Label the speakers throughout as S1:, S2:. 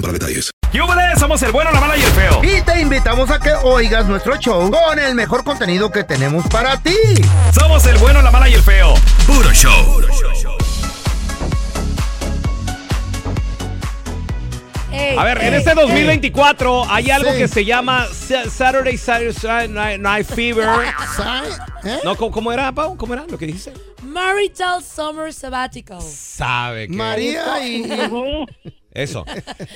S1: para detalles.
S2: ¡Yúbales! Somos el bueno, la mala y el feo.
S3: Y te invitamos a que oigas nuestro show con el mejor contenido que tenemos para ti.
S2: Somos el bueno, la mala y el feo.
S1: Puro show.
S2: A ver, en este 2024 hay algo que se llama Sa- Saturday, Saturday Night, Night Fever. No, ¿cómo, cómo era, Pau? ¿Cómo era lo que dijiste?
S4: Marital Summer Sabbatical.
S2: Sabe que...
S3: María y...
S2: Eso.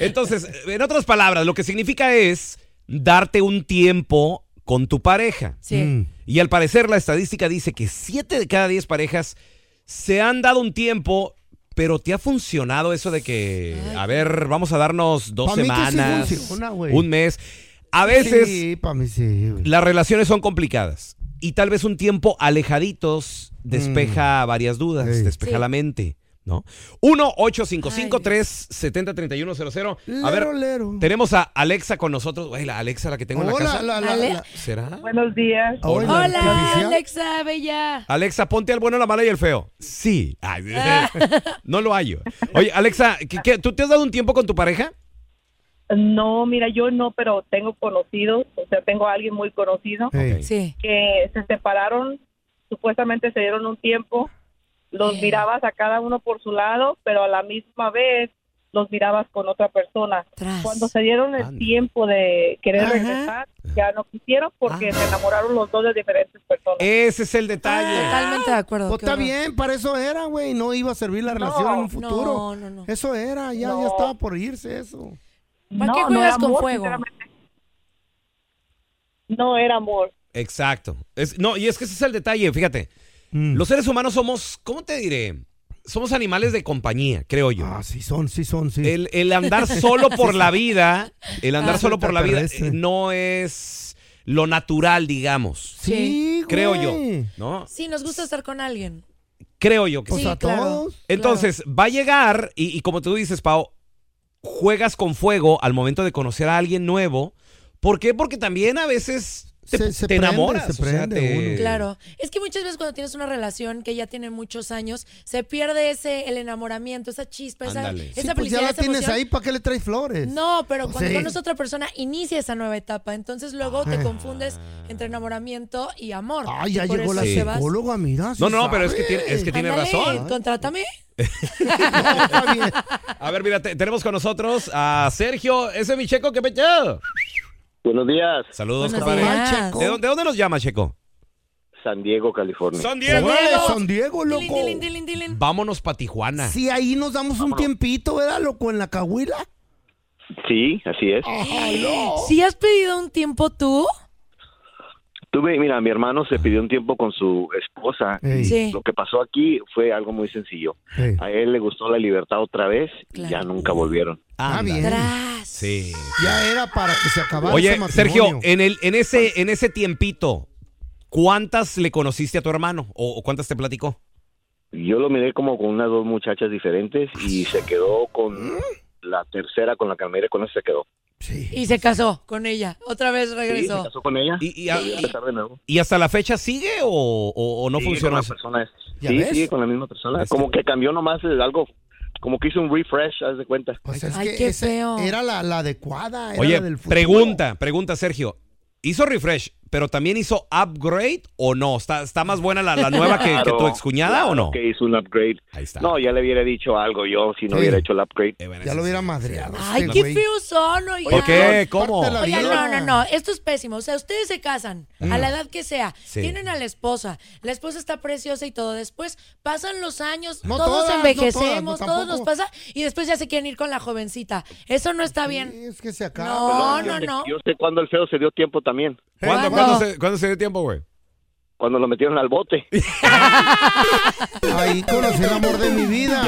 S2: Entonces, en otras palabras, lo que significa es darte un tiempo con tu pareja.
S4: Sí.
S3: Mm.
S2: Y al parecer la estadística dice que 7 de cada 10 parejas se han dado un tiempo, pero ¿te ha funcionado eso de que, a ver, vamos a darnos dos
S3: Pa' mí que sí
S2: semanas,
S3: funciona, güey.
S2: un mes? A veces
S3: Sí, pa' mí sí, güey.
S2: las relaciones son complicadas y tal vez un tiempo alejaditos
S3: Mm.
S2: despeja varias dudas,
S3: Ey.
S2: despeja
S4: Sí.
S2: la mente. ¿No? 1-855-370-3100. A ver,
S3: Lero, lero.
S2: tenemos a Alexa con nosotros. Güey, la Alexa, la que tengo en la
S3: Hola,
S2: casa.
S3: la, la,
S4: Ale-
S3: la-
S2: ¿Será?
S5: Buenos días.
S3: Hola,
S4: Hola,
S3: artificial.
S4: Alexa Bella.
S2: Alexa, ponte al bueno, la mala y el feo. Sí. Ay,
S5: Ah.
S2: no lo hallo. Oye, Alexa, ¿qué- qué- ¿tú te has dado un tiempo con tu pareja?
S5: No, mira, yo no, pero tengo conocidos, o sea, tengo a alguien muy conocido
S3: Ey.
S2: Ok.
S4: Sí.
S5: que se separaron, supuestamente se dieron un tiempo, los
S4: Eh.
S5: mirabas a cada uno por su lado, pero a la misma vez los mirabas con otra persona.
S4: Tras.
S5: Cuando se dieron el
S2: Anda.
S5: tiempo de querer
S4: Ajá.
S5: regresar, ya no quisieron
S4: Ah.
S5: porque se enamoraron los dos de diferentes personas.
S2: Ese es el detalle.
S4: Ah, Totalmente de acuerdo.
S3: Pues
S4: qué
S3: está
S4: horror.
S3: bien, para eso era, güey. No iba a servir la relación en un futuro.
S4: No, no, no.
S3: Eso era, ya,
S5: No.
S3: ya estaba por irse eso.
S4: ¿Para qué juegas con fuego?
S5: sinceramente. No era amor.
S2: Exacto. Es- no, y es que ese es el detalle, fíjate.
S3: Mm.
S2: Los seres humanos somos, ¿cómo te diré? Somos animales de compañía, creo yo.
S3: Ah, sí son, sí son, sí.
S2: El, el andar solo por la vida, el andar
S3: Ah.
S2: solo por la vida
S3: Extraterrestre.
S2: eh, no es lo natural, digamos.
S3: sí, güey.
S2: Creo yo, ¿no?
S4: Sí, nos gusta estar con alguien.
S2: Creo yo que
S3: Pues
S2: sí.
S3: a
S4: claro.
S3: todos.
S2: Entonces, va a llegar, y, y como tú dices, Pau, juegas con fuego al momento de conocer a alguien nuevo. ¿Por qué? Porque también a veces te,
S3: Se- se
S2: te
S3: prende,
S2: enamoras.
S3: se
S2: o sea,
S3: prende
S2: te-
S3: uno.
S4: Claro. Es que muchas veces cuando tienes una relación que ya tiene muchos años, se pierde ese el enamoramiento, esa chispa, esa,
S2: Ándale.
S3: Sí,
S4: esa
S3: pues
S4: felicidad.
S3: ya la
S4: esa
S3: tienes
S4: emoción.
S3: ahí, ¿para qué le traes flores?
S4: No, pero cuando
S3: Sí.
S4: conoces a otra persona inicia esa nueva etapa, entonces luego te confundes entre enamoramiento y amor.
S3: Ay,
S4: Y
S3: Ah, ya
S4: por
S3: llegó la
S4: eso te vas-
S3: psicóloga, mira. sí
S2: No, no, no, pero es que
S3: sabe.
S2: tiene- es que tiene
S4: Ándale,
S2: razón.
S4: Contrátame.
S3: No, está bien.
S2: A ver, mira, te- tenemos con nosotros a Sergio, ese es mi checo que pecho.
S6: Buenos días,
S2: Saludos,
S4: Buenos
S2: compadre.
S4: días.
S2: ¿De dónde, de dónde nos llama, Checo?
S6: San Diego, California.
S2: San Diego.
S3: Órale,
S4: Diego.
S3: San Diego,
S4: Dilin,
S3: loco.
S4: dilin, dilin, dilin.
S2: Vámonos para Tijuana.
S3: Sí, ahí nos damos un tiempito, ¿verdad, loco? En la cahuila.
S6: Sí, así es.
S4: ¿Sí has pedido un tiempo tú?
S6: Tuve, mira, mi hermano se pidió un tiempo con su esposa.
S3: Ey,
S4: Sí.
S6: Lo que pasó aquí fue algo muy sencillo.
S3: ey.
S6: A él le gustó la libertad otra vez y
S4: Claro.
S6: ya nunca volvieron.
S3: Ah,
S2: Ándale.
S3: bien.
S4: Tras.
S2: Sí.
S3: Ya era para que se acabara
S2: Oye,
S3: ese matrimonio.
S2: Sergio, en, el, en, ese, en ese tiempito, ¿cuántas le conociste a tu hermano? ¿O, o cuántas te platicó?
S6: Yo lo miré como con unas dos muchachas diferentes y se quedó con la tercera con la que me iré con esa se quedó.
S4: Y se casó con ella. Otra vez
S6: Sí, se
S4: regresó.
S6: casó con ella. Y,
S2: a-
S6: empezar de nuevo.
S2: ¿Y hasta la fecha sigue o, o- o no
S6: Sigue
S2: funciona?
S6: con la persona esa.
S2: ¿Ya
S6: Sí,
S2: ves?
S6: sigue con la misma persona. Como que cambió nomás eh, algo, como que hizo un refresh, haz de cuenta.
S3: Es que esa Era la, la adecuada. era
S2: Oye,
S3: la del futuro.
S2: pregunta, pregunta, Sergio. ¿Hizo refresh, pero también hizo upgrade o no? ¿Está, está más buena la, la nueva que- que,
S6: Claro,
S2: tu excuñada
S6: claro
S2: o no?
S6: Que hizo un upgrade. No, ya le hubiera dicho algo yo si no
S3: Sí.
S6: hubiera hecho el upgrade.
S2: pues,
S3: Ya lo hubiera madreado.
S4: Ay,
S3: este
S4: qué
S3: güey.
S4: feos son, oigan.
S6: ¿Por qué? ¿Cómo? Parte de la
S4: Oigan,
S6: vida.
S4: no, no, no. Esto es pésimo. O sea, ustedes se casan a
S6: Mm.
S4: la edad que sea.
S6: Sí.
S4: Tienen a la esposa. La esposa está preciosa y todo. Después pasan los años.
S3: No
S4: todos
S3: todas, no
S4: envejecemos.
S3: todas, no
S4: todos nos
S3: tampoco.
S4: pasa. Y después ya se quieren ir con la jovencita. Eso no está bien.
S3: Es que se acaba.
S4: No,
S6: Yo
S4: no,
S6: sé-
S4: no.
S6: Yo sé cuándo el feo se dio tiempo también.
S2: ¿Cuándo, cuándo se, cuándo se dio tiempo, güey?
S6: Cuando lo metieron al bote.
S3: Ahí conocí el amor de mi vida.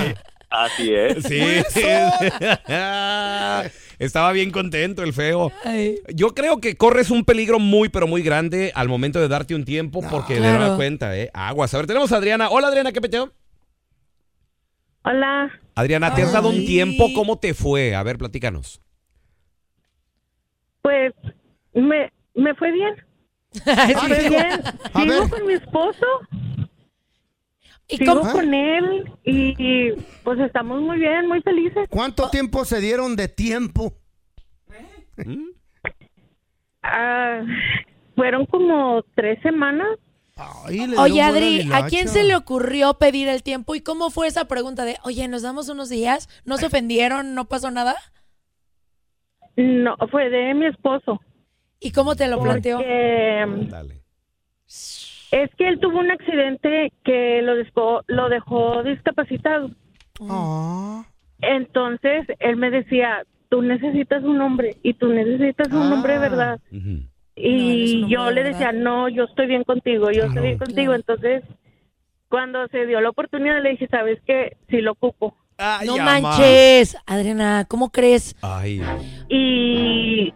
S6: Así es.
S2: Sí. Estaba bien contento el feo. Yo creo que corres un peligro muy, pero muy grande al momento de darte un tiempo porque de
S7: Claro.
S2: nueva cuenta, ¿eh? Aguas. A ver, tenemos a Adriana. Hola, Adriana, ¿qué peteo?
S7: Hola,
S2: Adriana, ¿te has dado un tiempo? ¿Cómo te fue? A ver, platícanos.
S7: pues me, me fue bien. Me
S4: Sí.
S7: fue bien.
S4: A
S7: Sigo
S4: ver.
S7: con mi esposo.
S4: ¿Y
S7: Sigo
S3: cómo?
S7: con él y pues estamos muy bien, muy felices. Oh.
S3: ¿Cuánto tiempo se dieron de tiempo?
S7: Ah, fueron como tres semanas.
S4: Oye, Adri, ¿a quién se le ocurrió pedir el tiempo? ¿Y cómo fue esa pregunta de, oye, nos damos unos días? ¿No se ofendieron? ¿No pasó nada?
S7: No, fue de mi esposo.
S4: ¿Y cómo te lo planteó?
S7: Porque, Es que él tuvo un accidente que lo dejó, lo dejó discapacitado. Entonces él me decía, tú necesitas un hombre y tú necesitas un hombre de verdad. Y yo le decía, no, yo estoy bien contigo, yo estoy bien contigo. Entonces, cuando se dio la oportunidad, le dije, ¿sabes qué? Sí lo ocupo.
S4: no manches, Adriana, ¿cómo crees?
S2: Ay.
S7: Y,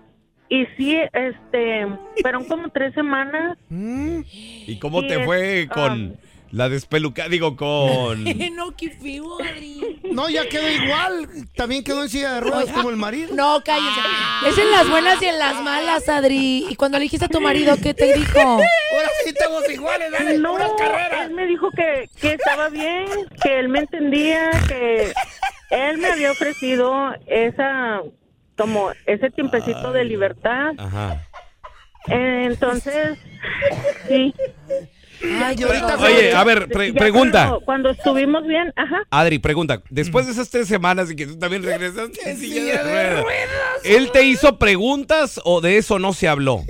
S7: y sí, este, fueron como tres semanas.
S2: ¿Y cómo
S7: Sí,
S2: te
S7: es,
S2: fue con la despeluca? Digo, con...
S4: no, qué feo, Adri.
S3: No, ya quedó igual. También quedó en silla de ruedas como el marido.
S4: No, cállense. Es en las buenas y en las malas, Adri. ¿Y cuando le dijiste a tu marido qué te dijo?
S3: Ahora sí estamos iguales, dale,
S7: No,
S3: puras carreras.
S7: él me dijo que, que estaba bien, que él me entendía, que él me había ofrecido esa como ese tiempecito de libertad.
S2: Ajá.
S7: Eh, Entonces, sí.
S2: Oye, a ver, pre-
S7: Ya
S2: pregunta.
S7: Cuando, cuando estuvimos bien, ajá.
S2: Adri, pregunta, después de esas tres semanas y que tú también regresaste en silla de ruedas, ¿él te hizo preguntas o de eso no se habló?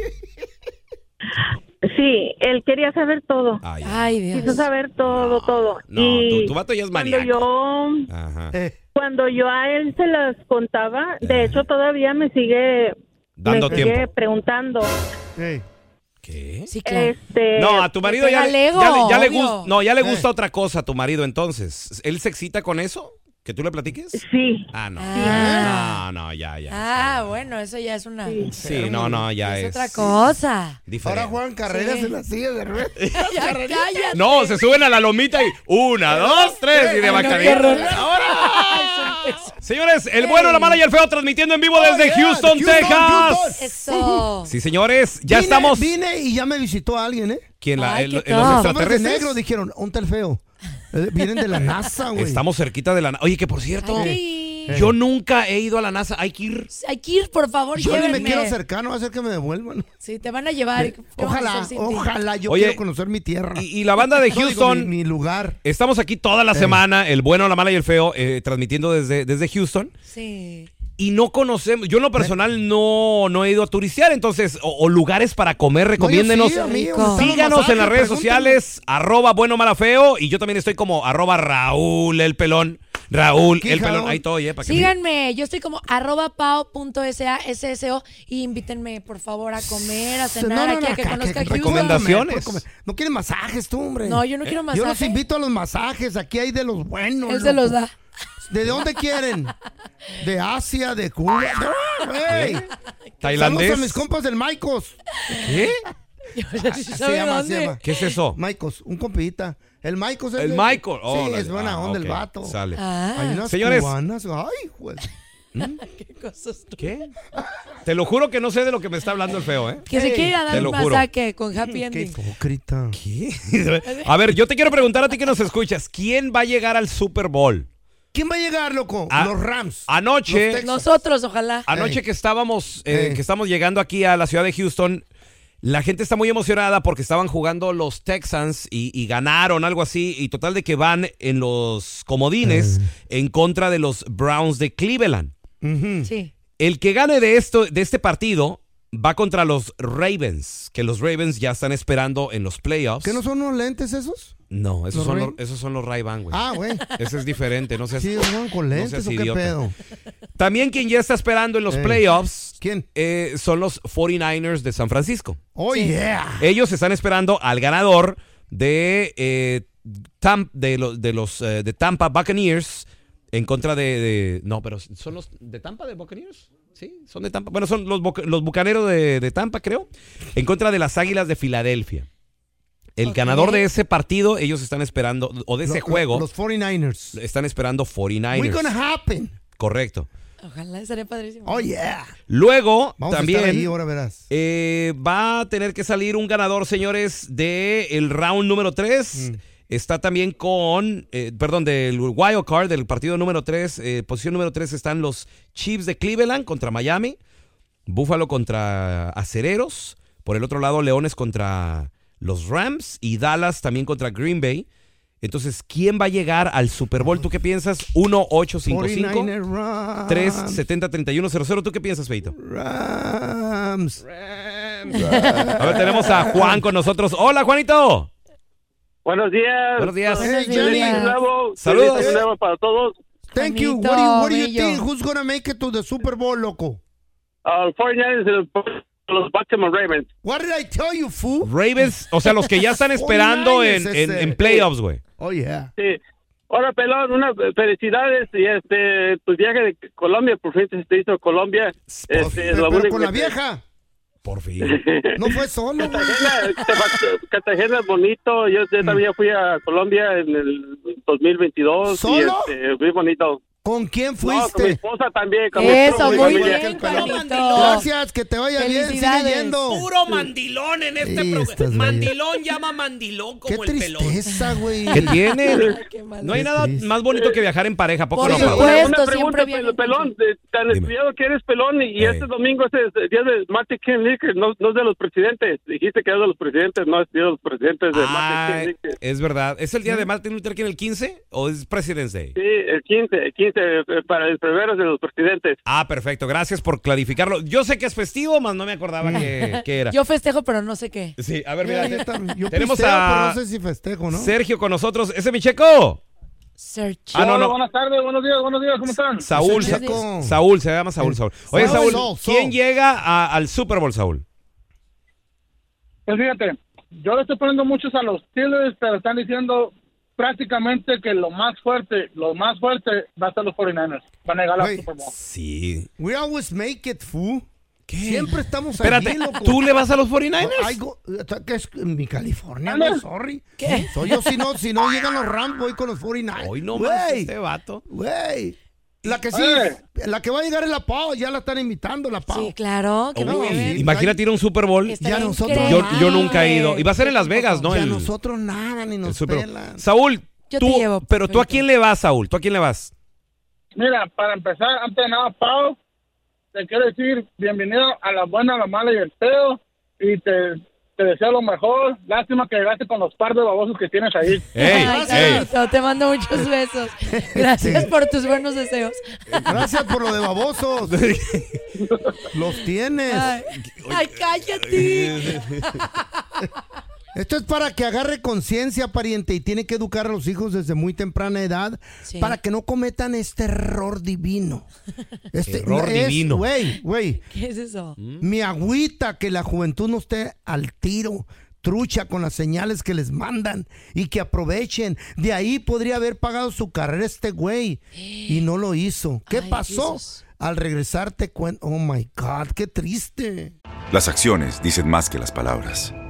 S7: Sí, él quería saber todo.
S2: Ay,
S4: Dios.
S7: Quiso saber todo, todo.
S2: No,
S7: y
S2: tu, tu vato ya es
S7: cuando
S2: maníaco.
S7: yo
S2: Ajá.
S7: Cuando yo a él se las contaba, de hecho todavía me sigue
S2: Dando
S7: me sigue
S2: tiempo.
S7: preguntando.
S2: ¿Qué?
S4: Sí,
S7: Este,
S2: No, a tu marido ya, le-
S7: pega al
S2: ya le- ya le
S7: ego,
S2: gus-
S7: obvio.
S2: no, ya le gusta otra cosa a tu marido entonces. ¿Él se excita con eso? ¿Que tú le platiques?
S7: Sí.
S2: Ah, no. No, no, ya, ya.
S4: Ah, bueno, eso ya es una...
S2: Sí, no, no, ya es.
S4: Es otra cosa.
S2: diferente.
S3: Juegan carreras
S4: Sí.
S3: en las sillas de ruedas.
S4: Ya cállate.
S2: No, se suben a la lomita y una, dos, tres y de bacadilla. Señores, el bueno, la mala y el feo transmitiendo en vivo Oh,
S3: Oh,
S2: desde Houston, Texas.
S4: Eso.
S2: Sí, señores, ya
S3: Vine-
S2: estamos.
S3: Vine y ya me visitó alguien, ¿eh?
S2: ¿Quién, la- Ay, el- qué el- los
S3: Hombres de
S2: extraterrestres?
S3: negro dijeron, un tal feo. Eh, Vienen de la NASA, güey.
S2: Estamos cerquita de la. na- Oye, que por cierto, yo nunca he ido a la NASA. Hay que ir.
S4: Hay que ir, por favor,
S3: Yo ni me
S4: llévenme.
S3: quiero acercar, no va a ser que me devuelvan.
S4: Sí, te van a llevar. ¿Qué vamos a
S3: Ojalá,
S4: hacer sin ti?
S3: ojalá, yo
S2: Oye,
S3: quiero conocer mi tierra.
S2: Y la banda de
S3: No digo
S2: Houston.
S3: mi- lugar.
S2: Estamos aquí toda la
S3: Eh.
S2: semana, el bueno, la mala y el feo, eh, transmitiendo desde, desde Houston.
S4: Sí.
S2: Y no conocemos, yo en lo personal no, no he ido a turistear, entonces, o, o lugares para comer, recomiéndenos.
S3: sí, a mí, Rico. me están los
S2: Síganos
S3: masajes,
S2: en las redes
S3: pregúntame.
S2: sociales, arroba bueno, mala, feo, y yo también estoy como arroba Raúl el pelón. Raúl el pelón, ahí todo, ¿eh? Para que me-
S4: Síganme, yo estoy como arroba pao.sasso y invítenme, por favor, a comer, a cenar, aquí a que conozca Houston.
S2: Recomendaciones.
S3: Puedo comer, puedo comer. No quieren masajes tú, hombre. Eh,
S4: No, yo no quiero
S3: Yo los
S4: masaje.
S3: invito a los masajes. Aquí hay de los buenos.
S4: Él se los
S3: loco.
S4: da.
S3: ¿De dónde quieren? De Asia, de Cuba. ¡No, güey!
S2: ¿Tailandés?
S3: Saludos a mis compas del Maicos.
S2: ¿Qué?
S3: Ah,
S4: sí
S3: se
S4: sabe
S3: llama,
S4: dónde.
S3: se llama.
S2: ¿Qué es eso?
S3: Maicos, un compita. El Maicos es
S2: El
S3: de-
S2: Michael.
S3: sí,
S2: Órale.
S3: es buena
S2: Ah,
S3: onda el
S2: ok.
S3: vato.
S2: Sale.
S3: Hay unas
S2: Señores,
S3: cubanas. Ay, güey. ¿Mm?
S4: Qué cosas tú.
S2: ¿Qué? Te lo juro que no sé de lo que me está hablando el feo, ¿eh?
S4: Que se quiere ir a
S2: Te
S4: dar
S2: lo
S4: un
S2: juro.
S4: masaje con Happy Ending.
S3: hipócrita.
S2: A ver, yo te quiero preguntar a ti que nos escuchas, ¿quién va a llegar al Super Bowl?
S3: ¿Quién va a llegar, loco?
S2: A-
S3: Los Rams.
S2: Ah, Anoche,
S4: Nosotros, ojalá.
S2: Anoche que estábamos, eh, que estamos llegando aquí a la ciudad de Houston, la gente está muy emocionada porque estaban jugando los Texans y, y ganaron algo así. Y total de que van en los comodines
S3: Eh.
S2: en contra de los Browns de Cleveland.
S4: Sí.
S2: El que gane de esto, de este partido, va contra los Ravens, que los Ravens ya están esperando en los playoffs.
S3: ¿Que no son unos lentes esos?
S2: No, esos
S3: ¿Los
S2: son, los,
S3: Ravens?
S2: esos son los Ray-Ban, güey.
S3: Ah, güey.
S2: Ese es diferente, no seas,
S3: Sí, ¿no? ¿Con
S2: no
S3: lentes
S2: seas
S3: o qué
S2: idiota.
S3: pedo?
S2: También quien ya está esperando en los
S3: Eh,
S2: playoffs eh, son los 49ers de San Francisco.
S3: Oh, yeah.
S2: Ellos están esperando al ganador de, eh, Tam- de, lo- de los eh, de Tampa Buccaneers en contra de, de- No, pero son los de Tampa, de Buccaneers. Sí, son de Tampa. Bueno, son los, Buc- los bucaneros de, de Tampa, creo. En contra de las Águilas de Filadelfia. El ganador de ese partido, ellos están esperando, o de ese
S3: Lo- lo-
S2: juego,
S3: Los 49ers.
S2: están esperando
S3: We're
S2: 49ers.
S3: gonna happen.
S2: Correcto.
S4: Ojalá, estaría padrísimo.
S3: Oh, yeah.
S2: Luego,
S3: Vamos
S2: también
S3: a estar ahí, ahora verás.
S2: eh, va a tener que salir un ganador, señores, de el round número
S3: Mm.
S2: 3. Está también con, eh, perdón, del wild card, del partido número 3, posición número 3 están los Chiefs de Cleveland contra Miami, Buffalo contra Acereros, por el otro lado Leones contra los Rams y Dallas también contra Green Bay. Entonces, ¿quién va a llegar al Super Bowl? ¿Tú qué piensas? 1 8 5 5
S3: 49 er, Rams.
S2: 3 70 31 00. ¿Tú qué piensas, Feito?
S3: Rams.
S2: A ver, tenemos a Juan con nosotros. Hola, Juanito.
S8: Buenos días.
S2: Buenos días.
S4: Pues,
S3: Hey,
S8: Feliz
S3: Jenny.
S8: año nuevo.
S2: Saludos.
S8: Feliz año nuevo para todos.
S3: Thank you. What do you, what do you think? Who's gonna make it to the Super Bowl, loco?
S8: Ah, los 49ers de los, los Baltimore Ravens.
S3: What did I tell you, fool?
S2: Ravens, o sea, los que ya están esperando en,
S3: 49ers
S2: en-
S3: ese.
S2: en playoffs, güey.
S3: Oh, yeah.
S8: Sí. Ahora, Pelón, unas felicidades. Y este, tu viaje de Colombia, por fin se te hizo Colombia. Este,
S3: Pero,
S8: lo
S3: pero
S8: único
S3: con la
S8: que-
S3: vieja.
S2: Por fin.
S3: No fue solo. güey.
S8: Cartagena es bonito. Yo,
S3: Mm.
S8: yo también fui a Colombia en el 2022. Y
S3: ¿Solo?
S8: este, muy bonito.
S3: ¿Con quién
S8: No, con mi
S3: fuiste?
S8: esposa también. Con mi
S4: Eso,
S8: mi
S4: muy
S8: familia.
S4: bien, Juanito.
S3: Gracias, que te vaya bien. Sigue
S4: Felicidades.
S3: yendo.
S2: Puro mandilón en este
S3: Sí,
S2: programa.
S3: estás
S2: Mandilón llama mandilón
S3: Qué
S2: como el pelón.
S3: tristeza, güey.
S2: ¿Qué tiene?
S4: Qué mal.
S2: No hay nada más bonito que viajar en pareja, ¿a poco
S4: Por
S2: no, Pau?
S4: supuesto.
S8: Una
S4: siempre
S8: pregunta,
S4: viajan
S8: Pel- Pelón, de- tan estudiado que eres, Pelón, y este domingo es el día de Martin King Licker, no, no es de los presidentes. Dijiste que era de los presidentes, no es día de los presidentes de Martin King
S2: Ay,
S8: Licker.
S2: es verdad. ¿Es el día de Martin Luther King el 15 o es President's Day?
S8: Sí, el 15, el 15, eh, para el primero es de los presidentes.
S2: Ah, perfecto. Gracias por clarificarlo. Yo sé que es festivo, mas no me acordaba que, que Eh, era.
S4: Yo festejo, pero no sé qué.
S2: Sí, a ver, mira.
S3: Yo también- yo
S2: Tenemos
S3: pisteo,
S2: a-
S3: pero no sé si festejo, ¿no?
S2: Sergio con nosotros. ¿Ese es mi checo?
S4: Search.
S2: Ah, no, no.
S9: Buenas tardes, buenos días, buenos días, ¿cómo están?
S2: Saúl, Sa-
S3: Checo.
S2: Saúl, se llama Saúl, Saúl. Oye,
S9: Saúl,
S2: Saúl,
S9: Saúl, Saúl.
S2: ¿quién llega a- al Super Bowl, Saúl?
S9: Pues fíjate, yo le estoy poniendo muchos a los Steelers, pero están diciendo prácticamente que lo más fuerte, lo más fuerte va a ser los 49ers. Van a llegar al
S3: Güey.
S9: Super Bowl.
S2: Sí.
S3: We always make it, fool. Siempre estamos
S2: Espérate,
S3: ahí, loco.
S2: ¿tú le vas a los 49ers?
S3: I go- eh, que es en mi California, güey,
S9: ¿Anda?
S3: sorry.
S4: ¿Qué?
S3: Soy yo, si no, si no llegan los Rams, voy con los 49.
S2: Hoy no
S3: Güey,
S2: más este vato.
S3: Güey. La que sí, la que va a llegar es la Pau, ya la están invitando, la Pau. Oh.
S4: Sí, claro, que no
S3: Uy,
S4: lleven.
S2: Imagínate ir a un Super Bowl.
S4: Está
S3: Ya
S4: bien
S3: nosotros-
S2: Yo,
S4: increíble.
S2: yo nunca he ido. Y va a ser en Las Vegas, ¿no?
S3: Ya
S2: El,
S3: nosotros
S4: Ah,
S3: nada, ni
S2: el
S3: nos
S2: Super Bowl.
S3: pelan.
S2: Saúl,
S4: Yo te
S2: tú,
S4: llevo, pues,
S2: pero tú a quién le vas, Saúl? ¿Tú a quién le vas?
S9: Mira, para empezar, antes de nada, Pau, te quiero decir bienvenido a la buena, la mala y el feo. Y te, te deseo lo mejor. Lástima que llegaste con los par de babosos que tienes ahí.
S2: ¡Ey!
S4: Ay,
S2: ¡Ey!
S4: Carlito, te mando muchos besos. Gracias por tus buenos deseos.
S3: Gracias por lo de babosos. los tienes.
S4: Ay, ay, cállate.
S3: Esto es para que agarre conciencia, pariente, y tiene que educar a los hijos desde muy temprana edad
S4: Sí.
S3: para que no cometan este error divino. Este
S2: Error
S3: es-
S2: divino. ¿Mm?
S3: Güey, güey,
S4: ¿Qué es eso?
S3: mi agüita que la juventud no esté al tiro, trucha con las señales que les mandan y que aprovechen. De ahí podría haber pagado su carrera este güey y no lo hizo. ¿Qué
S4: Ay,
S3: pasó?
S4: Jesús.
S3: Al regresar te cuento, oh my God, qué triste.
S10: Las acciones dicen más que las palabras.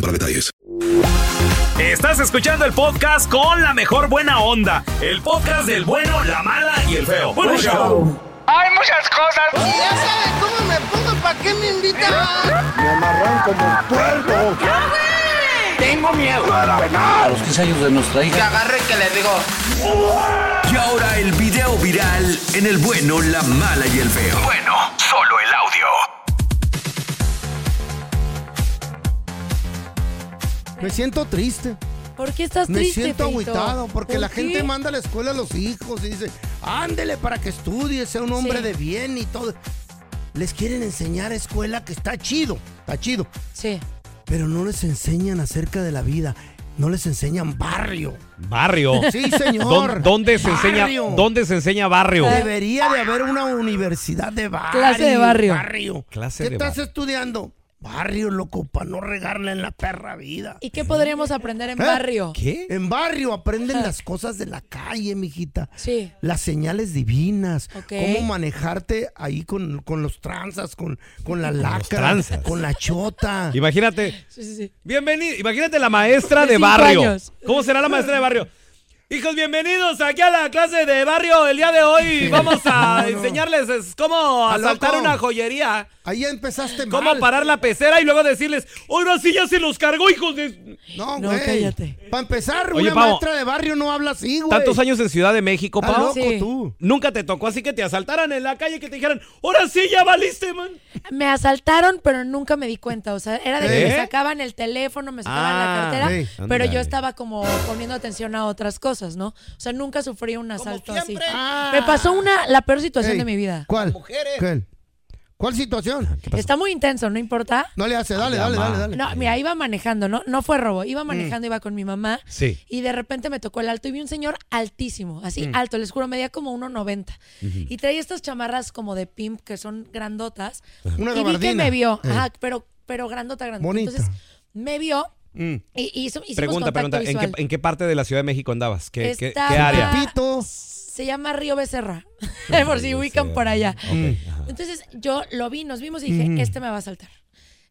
S1: para detalles.
S11: Estás escuchando el podcast con la mejor buena onda. El podcast del bueno, la mala y el feo. Bueno, show.
S12: Hay muchas cosas.
S13: Ya sabes cómo me pongo, ¿para qué me invitan?
S12: Me amarran como puerco. Tengo miedo. A los 15 años de nuestra
S13: Que agarre que le digo.
S11: Y ahora el video viral en el bueno, la mala y el feo. Bueno, solo el audio.
S3: Me siento triste.
S4: ¿Por qué estás
S3: Me
S4: triste,
S3: siento
S4: Feito?
S3: agüitado porque
S4: ¿Por
S3: la
S4: qué?
S3: gente manda a la escuela a los hijos y dice, ándele para que estudie, sea un hombre
S4: Sí.
S3: de bien y todo. Les quieren enseñar a escuela que está chido, está chido.
S4: Sí.
S3: Pero no les enseñan acerca de la vida, no les enseñan barrio.
S2: Barrio.
S3: Sí, señor.
S2: ¿Dó- ¿Dónde se enseña,
S3: Barrio.
S2: ¿dónde se enseña barrio?
S3: Debería de haber una universidad de barrio.
S4: Clase de barrio.
S2: Clase
S3: ¿Qué
S2: de
S3: estás
S2: barrio.
S3: estudiando? Barrio, loco, para no regarla en la perra vida.
S4: ¿Y qué podríamos aprender en
S3: ¿Eh?
S4: barrio?
S3: ¿Qué? En barrio aprenden las cosas de la calle, mijita.
S4: Sí.
S3: Las señales divinas.
S4: Ok.
S3: Cómo manejarte ahí con, con los tranzas, con, con la
S2: Con los
S3: lacra,
S2: tranzas.
S3: con la chota.
S2: Imagínate.
S4: Sí, sí, sí.
S2: Bienvenido. Imagínate la maestra
S3: De
S2: de,
S3: cinco
S2: barrio.
S3: años.
S2: ¿Cómo será la maestra de barrio? Hijos, bienvenidos aquí a la clase de barrio. El día de hoy vamos a enseñarles es- cómo
S3: Ah,
S2: asaltar
S3: loco.
S2: una joyería.
S3: Ahí empezaste
S2: Cómo
S3: mal.
S2: parar la pecera y luego decirles, ahora sí ya se los cargó, hijos de...
S3: No, güey. Para empezar,
S2: Oye,
S3: una
S2: Pavo.
S3: maestra de barrio no habla así, güey.
S2: Tantos años en Ciudad de México,
S3: Está
S2: pa.
S3: loco Sí. tú.
S2: Nunca te tocó así que te asaltaran en la calle, que te dijeran, ahora sí ya valiste, man.
S4: Me asaltaron, pero nunca me di cuenta. O sea, era de que
S2: ¿Eh?
S4: me sacaban el teléfono, me sacaban
S2: Ah,
S4: la cartera,
S2: sí.
S4: pero
S2: Ándale.
S4: yo estaba como poniendo atención a otras cosas, ¿no? O sea, nunca sufrí un asalto así.
S3: Ah.
S4: Me pasó una la peor situación
S3: Ey,
S4: de mi vida.
S3: ¿Cuál? ¿Cuál? ¿Cuál situación?
S4: Está muy intenso, ¿no importa?
S3: No le hace, dale, dale, dale, dale.
S4: No, mira, iba manejando, ¿no? No fue robo.
S2: Mm.
S4: Iba manejando, iba con mi mamá.
S3: Sí.
S4: Y de repente me tocó el alto y vi un señor altísimo, así
S3: Mm.
S4: alto, les juro, medía como 1,90.
S3: Ujú.
S4: Y traía estas chamarras como de pimp que son grandotas.
S3: Una
S4: y vi que
S3: gabardina.
S4: me vio,
S3: Eh.
S4: ajá, pero, pero grandota, grandota.
S2: Bonita.
S4: Entonces me vio
S3: Mm.
S4: y, y hizo, hicimos
S2: Pregunta,
S4: contacto
S2: pregunta, ¿en qué,
S4: visual.
S2: en qué parte de la Ciudad de México andabas? ¿Qué, qué- qué
S4: Estaba-
S2: área?
S4: Se llama Río Becerra, por si ubican por allá.
S3: Mm.
S4: Entonces yo lo vi, nos vimos y dije,
S3: Ujú.
S4: este me va a saltar.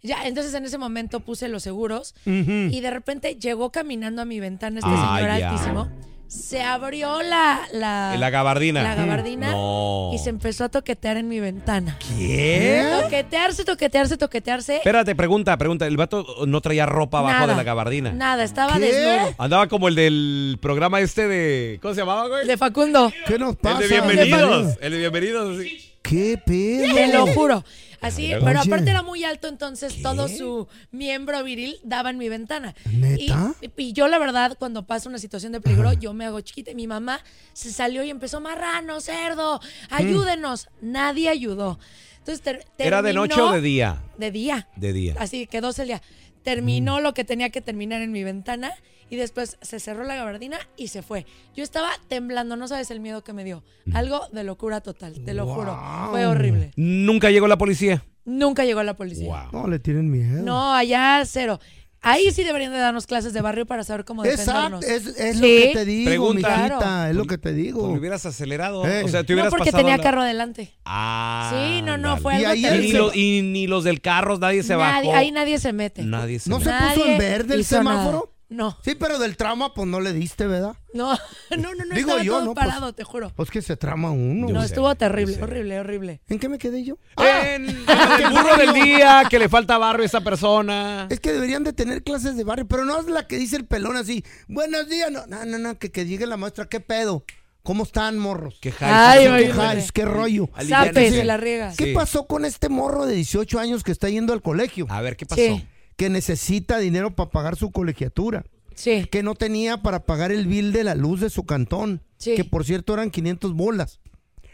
S4: Ya, entonces en ese momento puse los seguros
S3: Ujú.
S4: y de repente llegó caminando a mi ventana este
S2: Ah,
S4: señor
S2: ya.
S4: altísimo. Se abrió la, la,
S2: La gabardina.
S4: la gabardina
S2: No.
S4: y se empezó a toquetear en mi ventana.
S2: ¿Qué?
S4: Toquetearse, toquetearse, toquetearse.
S2: Espérate, pregunta, pregunta. ¿El vato no traía ropa abajo
S4: Nada.
S2: de la gabardina?
S4: Nada, estaba
S2: ¿Qué?
S4: desnudo.
S2: Andaba como el del programa este de... ¿Cómo se llamaba, güey?
S4: De Facundo.
S3: ¿Qué nos
S2: El de Bienvenidos. El de Bienvenidos. así.
S3: ¿Qué pedo?
S4: Te lo juro. Así,
S2: Ándale.
S4: pero
S2: Oye.
S4: aparte era muy alto, entonces todo su miembro viril daba en mi ventana.
S3: ¿Neta?
S4: Y, y yo, la verdad, cuando pasa una situación de peligro, yo me hago chiquita. Y Mi mamá se salió y empezó, marrano, cerdo,
S2: Mm.
S4: ayúdenos. Nadie ayudó. Entonces, ter-
S2: ¿Era de noche
S4: terminó
S2: o de día?
S4: De día.
S2: De día.
S4: Así quedó el día.
S2: Mm.
S4: Terminó lo que tenía que terminar en mi ventana y después se cerró la gabardina y se fue. Yo estaba temblando, no sabes el miedo que me dio.
S2: Mm.
S4: Algo de locura total, te lo juro. Fue horrible.
S2: Nunca llegó la policía.
S4: Nunca llegó la policía.
S3: No, le tienen miedo.
S4: No, allá cero. Ahí sí deberían de darnos clases de barrio para saber cómo
S3: Exacto,
S4: defendernos.
S3: es, es
S4: Sí.
S3: lo que te digo,
S2: Pregunta.
S3: mijita,
S2: Claro.
S3: es lo que te digo.
S2: Te hubieras acelerado.
S3: Eh.
S2: O sea, te
S4: No,
S2: hubieras
S4: porque
S2: pasado
S4: tenía
S2: la-
S4: carro adelante.
S2: Ah,
S4: Sí, no, no,
S2: ándale.
S4: fue algo
S2: Y,
S4: terrible.
S2: ni los, y ni los del carro, nadie se
S4: Nadie-
S2: bajó.
S4: ahí nadie se mete.
S2: Nadie se
S3: ¿No se
S4: Nadie
S3: puso en verde el
S4: hizo nada.
S3: semáforo?
S4: No.
S3: Sí, pero del trauma, pues no le diste, ¿verdad?
S4: No, no, no, no
S3: Digo
S4: estaba
S3: yo,
S4: todo
S3: no, pues-
S4: parado, te juro.
S3: Pues que se trama uno.
S4: No, estuvo terrible, horrible, horrible.
S3: ¿En qué me quedé yo? Ah,
S2: El burro del día, que le falta barrio a esa persona.
S3: Es que deberían de tener clases de barrio, pero no es la que dice el pelón así, buenos días, no, no, no, no, que, que llegue la maestra, ¿qué pedo? ¿Cómo están, morros? ¿Qué
S2: jais? Ay,
S3: ¿Qué
S2: oye,
S3: jais? ¿Qué rollo?
S2: Aliviánense. Zapes,
S3: Sí.
S2: la riegas.
S3: ¿Qué
S2: Sí.
S3: pasó con este morro de 18 años que está yendo al colegio?
S2: A ver, ¿qué pasó? Sí.
S3: Que necesita dinero para pagar su colegiatura.
S4: Sí.
S3: Que no tenía para pagar el bill de la luz de su cantón.
S4: Sí.
S3: Que por cierto eran 500 bolas.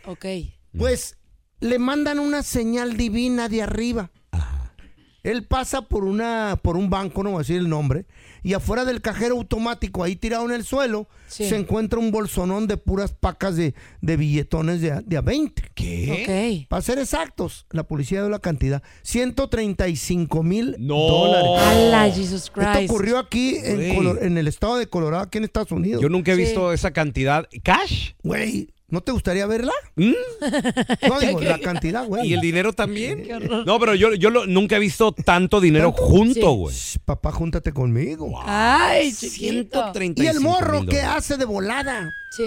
S4: Ok.
S3: Pues le mandan una señal divina de arriba. Él pasa por una, por un banco, no voy a decir el nombre, y afuera del cajero automático, ahí tirado en el suelo,
S4: Sí.
S3: se encuentra un bolsonón de puras pacas de, de billetones de, a- de a 20.
S4: ¿Qué?
S3: Para ser exactos, la policía dio la cantidad, 135 mil dólares.
S4: ¡Hala, Jesus Christ!
S3: Esto ocurrió aquí en,
S2: Güey.
S3: Colo- en el estado de Colorado, aquí en Estados Unidos.
S2: Yo nunca he visto esa cantidad. ¿Cash? ¿Mm?
S3: Güey, ¿no te gustaría verla? No, digo, la cantidad, güey.
S2: ¿Y el dinero también? No, pero yo, yo lo- nunca he visto tanto dinero junto, güey.
S3: Papá, júntate conmigo.
S4: ¡Ay, chiquito!
S2: 135
S3: Y el morro
S2: mil
S3: que
S2: dólares.
S3: hace de volada.
S4: Sí.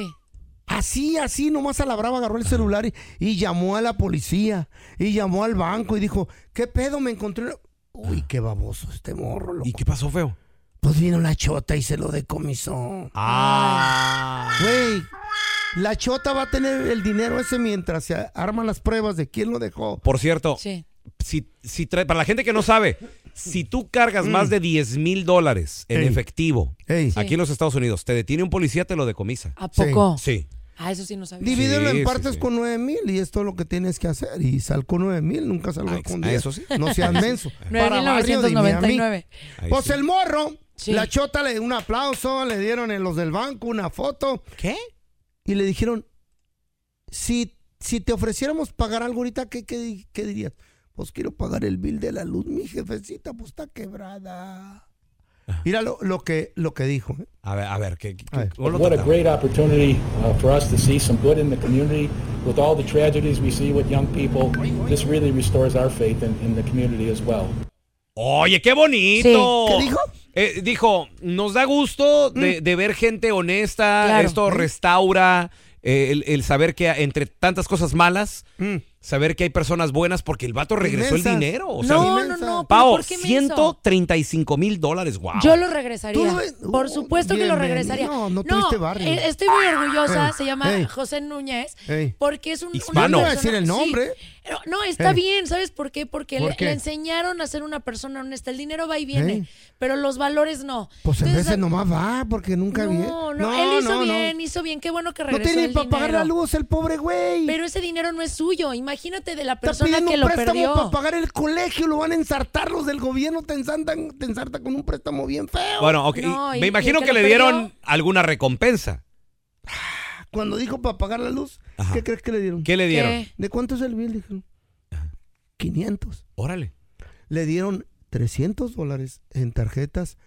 S3: Así, así, nomás a la brava agarró el celular y, y llamó a la policía. Y llamó al banco y dijo, ¿qué pedo me encontré? una-". Uy, qué baboso este morro.
S2: ¿Y qué pasó, feo?
S3: Pues vino la chota y se lo decomisó.
S2: Ah.
S3: Güey, la chota va a tener el dinero ese mientras se arman las pruebas de quién lo dejó.
S2: Por cierto,
S4: Sí.
S2: si, si trae- para la gente que no sabe, si tú cargas
S3: Mm.
S2: más de 10 mil dólares en
S3: Ey.
S2: efectivo
S3: Ey.
S2: aquí
S4: Sí.
S2: en los Estados Unidos, te detiene un policía, te lo decomisa.
S4: ¿A poco?
S2: Sí.
S4: Ah, eso sí no sabía.
S3: Divídelo
S2: Sí,
S3: en
S2: sí,
S3: partes
S2: sí.
S3: con 9 mil y es todo lo que tienes que hacer. Y sal con 9 mil, nunca salgas con
S2: ah,
S3: 10.
S2: eso sí.
S3: No seas
S2: Ahí sí.
S3: menso. Para
S4: 9,999.
S3: barrio de Miami. Pues el morro,
S4: Sí.
S3: la chota le dio un aplauso, le dieron en los del banco una foto.
S2: ¿Qué?
S3: Y le dijeron, si, si te ofreciéramos pagar algo ahorita, ¿qué, qué, di- qué dirías? Pues quiero pagar el bill de la luz, mi jefecita, pues está quebrada. Mira lo, lo que, lo que dijo. ¿eh?
S2: A ver, a ver, que, que- ¿cómo lo
S14: What a
S2: trataba?
S14: great opportunity uh, for us to see some good in the community. With all the tragedies we see with young people, this really restores our faith in, in the community as well.
S2: Oye, qué bonito.
S14: Sí. ¿Qué dijo?
S2: Eh, dijo, nos da gusto de, de ver gente honesta,
S11: Claro.
S2: esto restaura eh, el, el saber que entre tantas cosas malas, saber que hay personas buenas porque el vato regresó
S4: Inmensas.
S2: el dinero. O sea,
S4: No, no, no. ¿pero
S2: Pao,
S4: ¿por qué me hizo?
S2: 135 mil dólares, wow.
S4: Yo lo regresaría.
S3: Tú lo- uh,
S4: Por supuesto que lo
S3: bienvenido.
S4: regresaría.
S3: No, no tuviste barrio.
S4: eh, Estoy muy orgullosa.
S3: Ey,
S4: se llama
S3: ey.
S4: José Núñez.
S2: Eh.
S3: Ey.
S4: Porque es un. una
S3: Hispano.
S4: persona-
S3: No iba a decir el
S4: sí.
S3: nombre.
S4: Pero, no, está
S3: Ey.
S4: bien. ¿Sabes por qué? Porque
S3: ¿Por
S4: le,
S3: qué?
S4: le enseñaron a ser una persona honesta. El dinero va y viene.
S3: Ey.
S4: Pero los valores no.
S3: Pues a
S4: Entonces,
S3: veces nomás va, porque nunca ¿eh? viene.
S4: No, no, él hizo bien, hizo bien. Qué bueno que
S3: No
S4: regresó.
S3: tiene
S4: el
S3: ni para pagar la
S4: dinero.
S3: luz el pobre güey.
S4: Pero ese dinero no es suyo. Imagínate de la
S3: Está
S4: persona
S3: pidiendo
S4: que
S3: un
S4: lo
S3: préstamo
S4: perdió.
S3: para pagar el colegio, lo van a ensartar los del gobierno, te ensartan, te ensartan con un préstamo bien feo.
S2: Bueno, ok,
S3: No,
S2: y-
S3: y-
S2: me
S3: y
S2: imagino
S3: que
S2: que
S3: lo
S2: le
S3: perdió.
S2: dieron alguna recompensa.
S3: Cuando dijo para pagar la luz, ¿qué crees que le dieron?
S2: ¿Qué le dieron? ¿Qué?
S3: ¿De cuánto es el bill? Dijeron, 500.
S2: Órale.
S3: Le dieron 300 dólares en tarjetas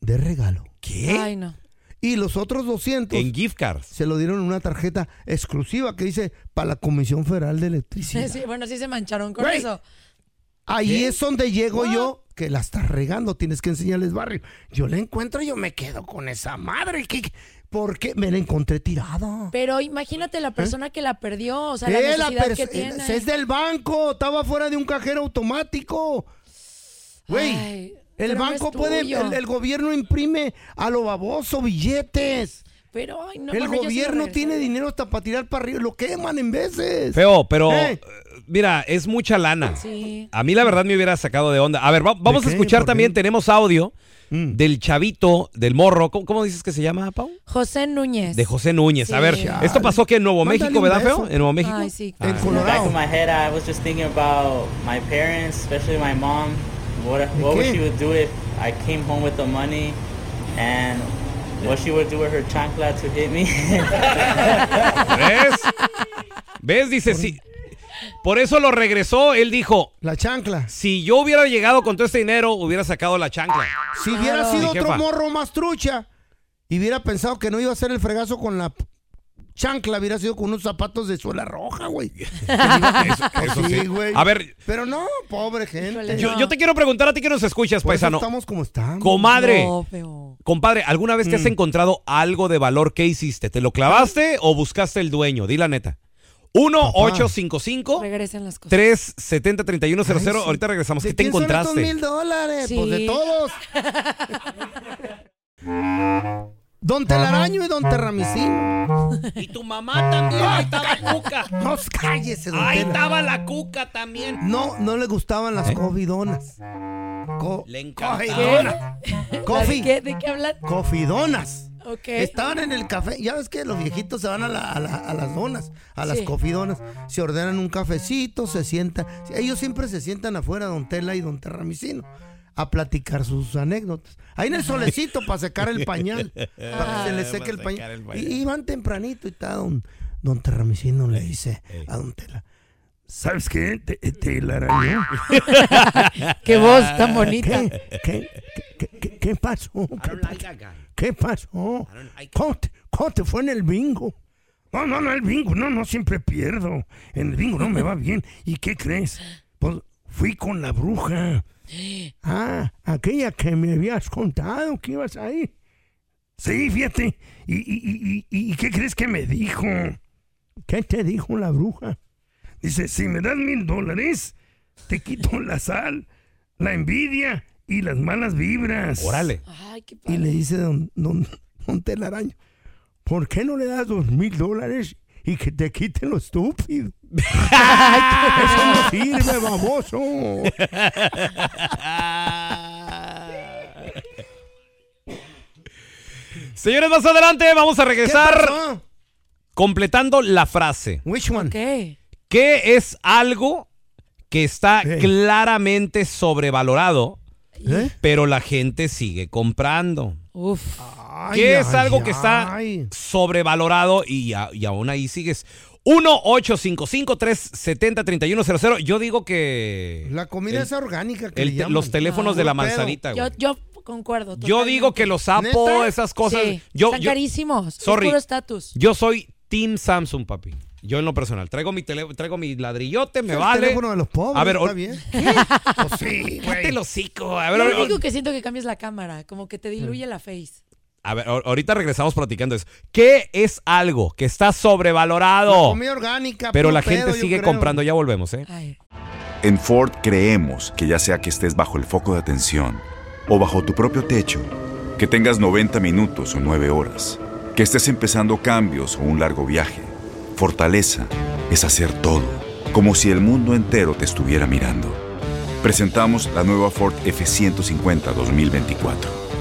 S3: de regalo.
S2: ¿Qué?
S4: Ay, no.
S3: Y los otros 200.
S2: En gift cards.
S3: Se lo dieron en una tarjeta exclusiva que dice para la Comisión Federal de Electricidad.
S4: Sí, bueno, sí se mancharon con
S3: Güey.
S4: eso.
S3: Ahí
S4: ¿Qué?
S3: es donde llego yo, que la estás regando, tienes que enseñarles barrio. Yo la encuentro y yo me quedo con esa madre. ¿qué- qué? Porque me la encontré tirada.
S4: Pero imagínate la persona que la perdió, o sea, la
S3: Eh, la
S4: necesidad
S3: pers-
S4: que tiene.
S3: Es del banco, estaba fuera de un cajero automático. Güey,
S4: Ay,
S3: el
S4: pero no
S3: banco
S4: es
S3: puede, el,
S4: tuyo.
S3: el gobierno imprime a lo baboso billetes.
S4: Pero, ay, no,
S3: el
S4: bueno, yo sí lo
S3: gobierno
S4: regresaría.
S3: tiene dinero hasta para tirar para arriba, lo queman en veces.
S2: Feo, pero
S3: Eh,
S2: eh, mira, es mucha lana.
S4: Sí.
S2: A mí la verdad me hubiera sacado de onda. A ver, va- vamos a
S3: qué? Mm.
S2: escuchar
S3: ¿Por
S2: también, tenemos audio del chavito, del morro. ¿Cómo, cómo dices que se llama, Pau?
S4: José Núñez.
S2: De José Núñez. A ver,
S4: Chale.
S2: esto pasó que en Nuevo
S4: Mándale
S2: México,
S4: un
S2: ¿verdad,
S4: beso.
S2: Feo? En Nuevo México.
S4: Ay, sí.
S2: Ah.
S15: In the back of my head, I was just thinking about my parents, especially my mom. What what would
S3: Okay.
S15: she would do if I came home with the money, and what she would do with her chancla to hit me.
S2: ¿Ves? ¿Ves? Dice, si, Por eso lo regresó, él dijo.
S3: La chancla.
S2: Si yo hubiera llegado con todo este dinero, hubiera sacado la chancla. Ah,
S3: Si hubiera
S2: Mi
S3: sido
S2: jefa.
S3: otro morro más trucha y hubiera pensado que no iba a hacer el fregazo con la chancla, hubiera sido con unos zapatos de suela roja, güey. Pues
S2: eso sí.
S3: güey.
S2: A ver-
S3: Pero no, pobre gente.
S2: Yo, yo te quiero preguntar a ti que nos escuchas,
S3: Por eso
S2: paisano.
S3: estamos como estamos.
S2: Comadre.
S3: No,
S2: Compadre, ¿alguna vez te has
S3: Mm. Ah.
S2: encontrado algo de valor que hiciste? ¿Te lo clavaste o buscaste el dueño? Di la neta. 1-855.
S4: Regresen las cosas.
S2: 370-3100.
S3: Ay, sí.
S2: Ahorita regresamos.
S3: ¿De
S2: ¿Qué te
S3: quién son estos
S2: encontraste?
S3: mil dólares?
S4: Sí.
S3: Pues de todos. Don Telaraño y Don Terramicino.
S2: Y tu mamá también. Ahí estaba la cuca.
S3: No, cállese, don Tela.
S2: la cuca también.
S3: No, no le gustaban
S2: ¿Eh?
S3: las cofidonas.
S2: Le
S3: encantaba. Coffee.
S4: ¿De qué, de qué hablan?
S3: Cofidonas.
S4: Ok.
S3: Estaban en el café. Ya ves que los viejitos se van a, la- a la- a las donas, a las
S4: Sí.
S3: cofidonas. Se ordenan un cafecito, se sientan. Ellos siempre se sientan afuera, don Tela y don Terramicino, a platicar sus anécdotas. Ahí en el solecito para secar el pañal. Para que se le seque
S2: Ah, para
S3: el
S2: secar el
S3: pañal.
S2: pañal.
S3: Y, y van tempranito y está don, don Terramicino le dice a don Tela. ¿Sabes qué? Te,
S16: eh,
S3: te la arañé".
S12: Qué voz
S16: Ah,
S12: tan bonita.
S3: ¿Qué, qué, qué- qué- qué pasó? ¿Qué pasó? ¿Qué pasó? ¿Cómo te, cómo te fue en el bingo?
S16: No, no, no, el bingo, no, no, siempre pierdo. En el bingo no me va bien. ¿Y qué crees? Pues fui con la bruja.
S3: Ah, aquella que me habías contado que ibas ahí.
S16: Sí, fíjate. ¿Y, y, y, y, y qué crees que me dijo?
S3: ¿Qué te dijo la bruja?
S16: Dice, si me das mil dólares, te quito la sal, la envidia y las malas vibras.
S2: Órale.
S3: Y le dice don, don, don Telaraño, ¿por qué no le das dos mil dólares y que te quiten lo estúpido? Eso no sirve, baboso.
S2: Señores, más adelante vamos a
S3: ¿Qué
S2: regresar
S3: pasó?
S2: completando la frase.
S3: Which one?
S4: ¿Qué?
S2: ¿Qué es algo que está claramente sobrevalorado,
S3: ¿Eh?
S2: pero la gente sigue comprando?
S4: Uf.
S2: ¿Qué es algo que está sobrevalorado y, a- y aún ahí sigues? 1-855-370-3100. Yo digo que.
S3: La comida
S2: el-
S3: esa orgánica que
S2: el
S3: le
S2: te-
S3: llaman.
S2: los teléfonos de la
S3: Puro pedo.
S2: manzanita, güey.
S4: Yo, yo concuerdo.
S2: Yo digo que los Apple,
S4: ¿Neta?
S2: esas cosas.
S4: Sí,
S2: yo,
S4: están
S2: yo-
S4: carísimos, es
S2: Sorry.
S4: puro estatus.
S2: Yo soy Team Samsung, papi. Yo en lo personal. Traigo mi tele- traigo mi ladrillote, me
S3: El
S2: vale.
S3: teléfono de los pobres,
S2: A ver,
S3: está
S2: ol-
S3: bien.
S2: Pues sí, güey. el hocico. A ver,
S4: Yo
S2: ol-
S4: lo único que siento que cambias la cámara, como que te diluye la face.
S2: a ver, ahor- ahorita regresamos platicando eso. ¿Qué es algo que está
S3: La
S2: sobrevalorado?
S3: comida orgánica.
S2: Pero
S3: puro
S2: la gente
S3: pedo, yo
S2: sigue
S3: creo.
S2: comprando. Ya volvemos, ¿eh?
S10: En Ford creemos que ya sea que estés bajo el foco de atención o bajo tu propio techo, que tengas 90 minutos o 9 horas, que estés empezando cambios o un largo viaje, fortaleza es hacer todo, como si el mundo entero te estuviera mirando. Presentamos la nueva Ford F150 2024.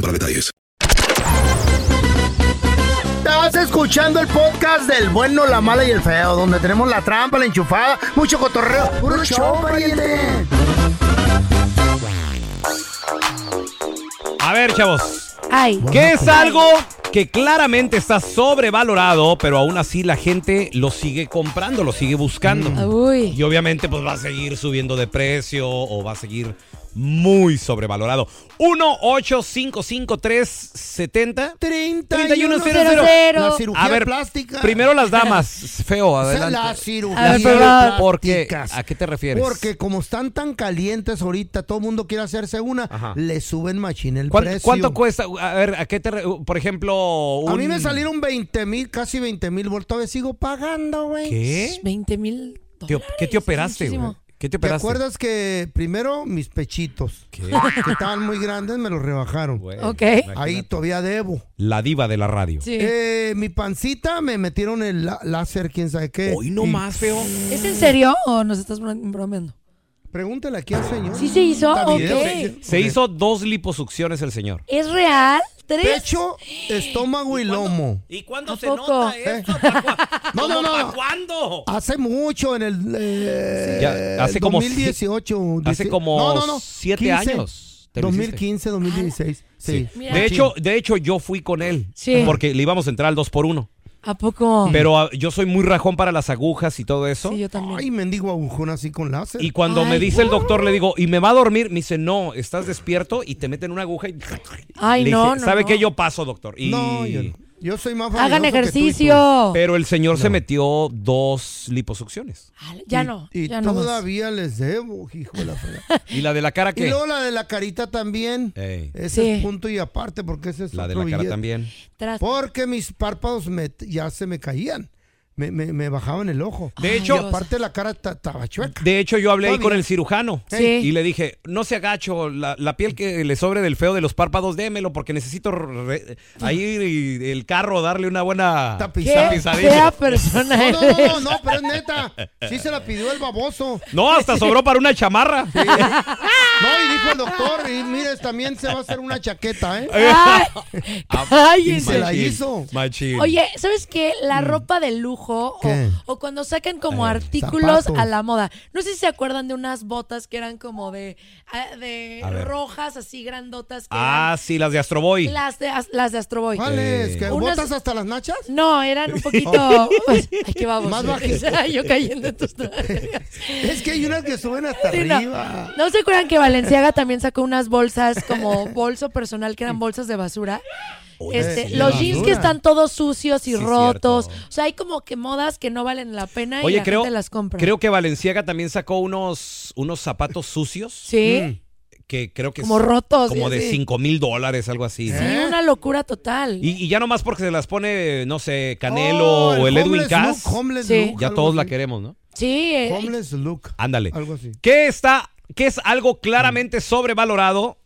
S1: para detalles.
S5: Estás escuchando el podcast del bueno, la mala y el feo, donde tenemos la trampa, la enchufada, mucho cotorreo. ¡Puro show, pariente!
S4: Ah.
S2: A ver, chavos.
S4: Ay.
S2: ¿Qué
S3: pues,
S2: es algo que claramente está sobrevalorado, pero aún así la gente lo sigue
S3: Mm.
S2: comprando, lo sigue buscando?
S4: Uy.
S2: Y obviamente pues va a seguir subiendo de precio o va a seguir muy sobrevalorado. 1-855-370
S3: 3100. La cirugía
S2: A ver,
S3: plástica.
S2: primero las damas. Feo,
S3: O sea,
S2: adelante.
S3: la cirugía
S2: Las damas,
S3: plástica.
S2: ¿Por qué? ¿A qué te refieres?
S3: Porque como están tan calientes ahorita, todo el mundo quiere hacerse una,
S2: Ajá.
S3: le suben machín el
S2: ¿Cuánto,
S3: precio.
S2: cuánto cuesta? A ver, ¿a qué te re- Por ejemplo,
S3: A
S2: un-
S3: mí me salieron 20 mil, casi 20 mil voltas. Todavía sigo pagando, güey.
S2: ¿Qué?
S4: 20 mil.
S2: ¿Te op- ¿Qué te operaste,
S3: muchísimo.
S2: güey? ¿Qué te
S3: ¿Te
S2: operaste?
S3: acuerdas que primero mis pechitos, que estaban muy grandes, me los rebajaron?
S4: Ok.
S3: Ahí todavía debo.
S2: La diva de la radio.
S3: Eh, mi pancita me metieron el la- láser, quién sabe qué. Hoy
S2: no más, feo.
S4: ¿Es en serio o nos estás bro- bromeando?
S3: Pregúntale aquí al señor.
S4: ¿Sí se hizo?
S3: Está
S4: Ok.
S3: video.
S2: Se hizo dos liposucciones el señor.
S4: ¿Es real? ¿Tres?
S3: Pecho, estómago y, lomo.
S2: ¿Y cuándo
S4: se nota
S2: esto?
S3: No, no, no.
S2: ¿Para cuándo?
S3: Hace mucho, en el. eh,
S2: Ya, hace como
S3: 2018.
S2: hace
S3: dieci-
S2: como siete años te lo
S3: 2015, 2016. Sí.
S2: De hecho, de hecho, yo fui con él.
S4: Sí. Oh.
S2: Porque le íbamos a entrar al dos por uno.
S4: ¿A poco?
S2: Pero ah, yo soy muy rajón para las agujas y todo eso.
S4: yo también.
S3: Ay, mendigo agujón así con láser.
S2: Y cuando me dice el doctor, le digo, ¿y me va a dormir? Me dice, no, estás despierto y te meten una aguja y...
S4: Ay,
S2: Le
S4: no,
S2: dije,
S4: no,
S2: ¿Sabe
S4: no.
S2: qué? Yo paso, doctor. Y...
S3: No, yo no. Yo soy más
S4: Hagan
S3: vanidoso que tú y tú.
S4: ejercicio.
S2: Pero el señor se metió dos liposucciones.
S4: Ya
S3: Y-
S4: no.
S3: Y
S4: ya no más.
S3: todavía les debo, hijo de la fregada.
S2: ¿Y la de la cara
S3: Y
S2: qué?
S3: luego la de la carita también.
S2: Ey.
S3: Ese
S4: Sí.
S3: es punto y aparte, porque ese es
S2: La de
S3: otro
S2: la cara
S3: billete.
S2: también.
S3: Porque mis párpados me- ya se me caían. Me, me- me bajaban el ojo.
S2: De Ay, hecho-
S3: Y aparte la cara ta- estaba chueca.
S2: De hecho, yo hablé ahí
S3: Todavía.
S2: con el cirujano
S3: Sí.
S2: y le dije, no se agacho, la, la piel que le sobre del feo de los párpados, démelo porque necesito re- ahí y- el carro darle una buena
S3: Tapizada.
S2: tapizadilla".
S3: No, no, no, no, no, pero es neta. Sí se la pidió el baboso.
S2: No, hasta sobró para una chamarra.
S3: No, y dijo el doctor, y mire, también se va a hacer una chaqueta, ¿eh? y se la hizo.
S2: Ah, Machín.
S4: Oye, ¿sabes qué?
S3: Mm.
S4: La ropa de lujo o,
S2: ¿Qué?
S4: o cuando sacan como
S2: Eh,
S4: artículos
S2: zapatos.
S4: a la moda. No sé si se acuerdan de unas botas que eran como de, ah, de
S2: A ver.
S4: rojas, así grandotas. que
S2: Ah, sí, las de Astroboy.
S4: eran Las de, as- las de Astroboy.
S3: ¿Cuáles? ¿Que
S4: Unas-
S3: botas hasta las nachas?
S4: No, eran un poquito. pues, ay, qué vamos.
S3: Más bajito.
S4: Yo cayendo en tus
S3: Es que hay unas que suben hasta
S4: Sí, no.
S3: arriba.
S4: ¿No se acuerdan que Valenciaga también sacó unas bolsas como bolso personal que eran bolsas de basura? Este,
S2: sí,
S4: los
S2: de
S4: jeans
S2: basura.
S4: que están todos sucios y
S2: Sí,
S4: rotos. O sea, hay como que modas que no valen la pena y
S2: Oye,
S4: la
S2: creo,
S4: gente las compra.
S2: creo que Valenciaga también sacó unos, unos zapatos sucios.
S4: Sí.
S2: Mm, Que creo que
S4: Como
S2: es
S4: rotos,
S2: Como
S4: sí,
S2: de
S4: sí.
S2: 5 mil dólares, algo así.
S4: Sí,
S2: ¿no?
S3: ¿Eh?
S4: una locura total.
S2: Y, y ya nomás porque se las pone, no sé, Canelo
S4: Oh, el
S2: o el Edwin
S4: homeless
S2: Cass.
S4: look, homeless Sí. look,
S2: ya
S4: algo
S2: todos la queremos, ¿no?
S4: Sí. eh,
S3: Homeless look.
S2: Ándale.
S3: Algo así.
S2: ¿Qué está, qué es algo claramente sobrevalorado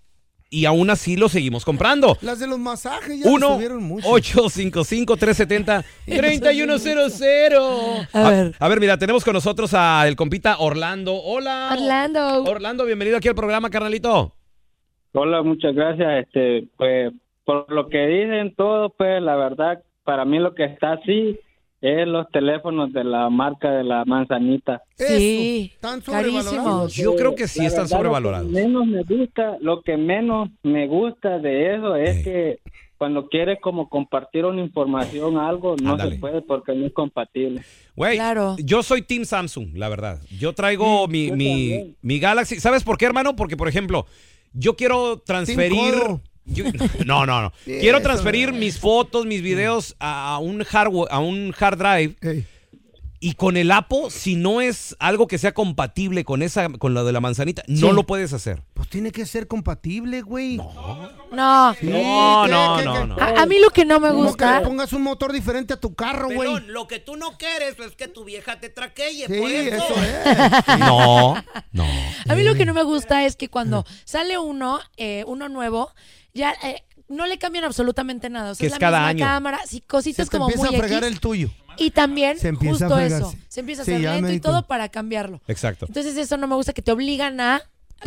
S2: y aún así lo seguimos comprando?
S3: Las de los masajes ya las subieron mucho.
S2: 1-855-370-3100.
S12: A
S2: ver. A ver, mira, tenemos con nosotros al compita Orlando. Hola.
S4: Orlando.
S2: Orlando, bienvenido aquí al programa, carnalito.
S17: Hola, muchas gracias. Este, pues, por lo que dicen todos, pues, la verdad, para mí lo que está así es los teléfonos de la marca de la manzanita.
S4: Ah, sí.
S17: sobrevalorados.
S2: Yo creo que sí
S17: La
S2: están
S17: verdad,
S2: sobrevalorados.
S17: Lo que menos me gusta, lo que menos me gusta de eso
S2: Eh.
S17: es que cuando quieres como compartir una información, algo, no
S2: Ándale.
S17: se puede porque no es compatible.
S2: Güey, yo soy Team Samsung, la verdad. Yo
S3: Mm,
S2: traigo mi,
S17: yo
S2: mi,
S17: también.
S2: mi Galaxy. ¿Sabes por qué, hermano? Porque, por ejemplo, yo quiero transferir.
S17: codo.
S2: yo- no, no, no.
S11: Sí,
S2: quiero
S11: eso,
S2: transferir
S11: güey.
S2: mis fotos, mis videos a un hardware, a un hard drive. Y con el Apo, si no es algo que sea compatible con esa, con lo de la manzanita, no
S3: Sí.
S2: lo puedes hacer.
S3: Pues tiene que ser compatible, güey. No.
S4: No.
S2: No, no, no, no.
S4: A, a mí lo que no me
S3: Como
S4: gusta.
S3: que le pongas un motor diferente a tu carro, güey.
S2: lo que tú no quieres es que tu vieja te
S3: Sí, eso.
S2: traquee. No.
S4: A mí lo
S2: Mm.
S4: que no me gusta es que cuando sale uno, eh, uno nuevo, ya eh, no le cambian absolutamente nada. O sea,
S3: Que
S4: es la
S3: es cada
S4: misma
S3: año.
S4: cámara, sí, cositas
S3: Se te
S4: como muy
S3: empieza a fregar
S4: X.
S3: el tuyo.
S4: Y también
S3: Se empieza a
S4: justo
S3: fregar,
S4: eso.
S3: sí.
S4: Se empieza a
S3: Sí,
S4: hacer
S3: ya me
S4: lento
S3: di
S4: y todo
S3: cuenta.
S4: para cambiarlo.
S2: Exacto.
S4: Entonces eso no me gusta que te obligan a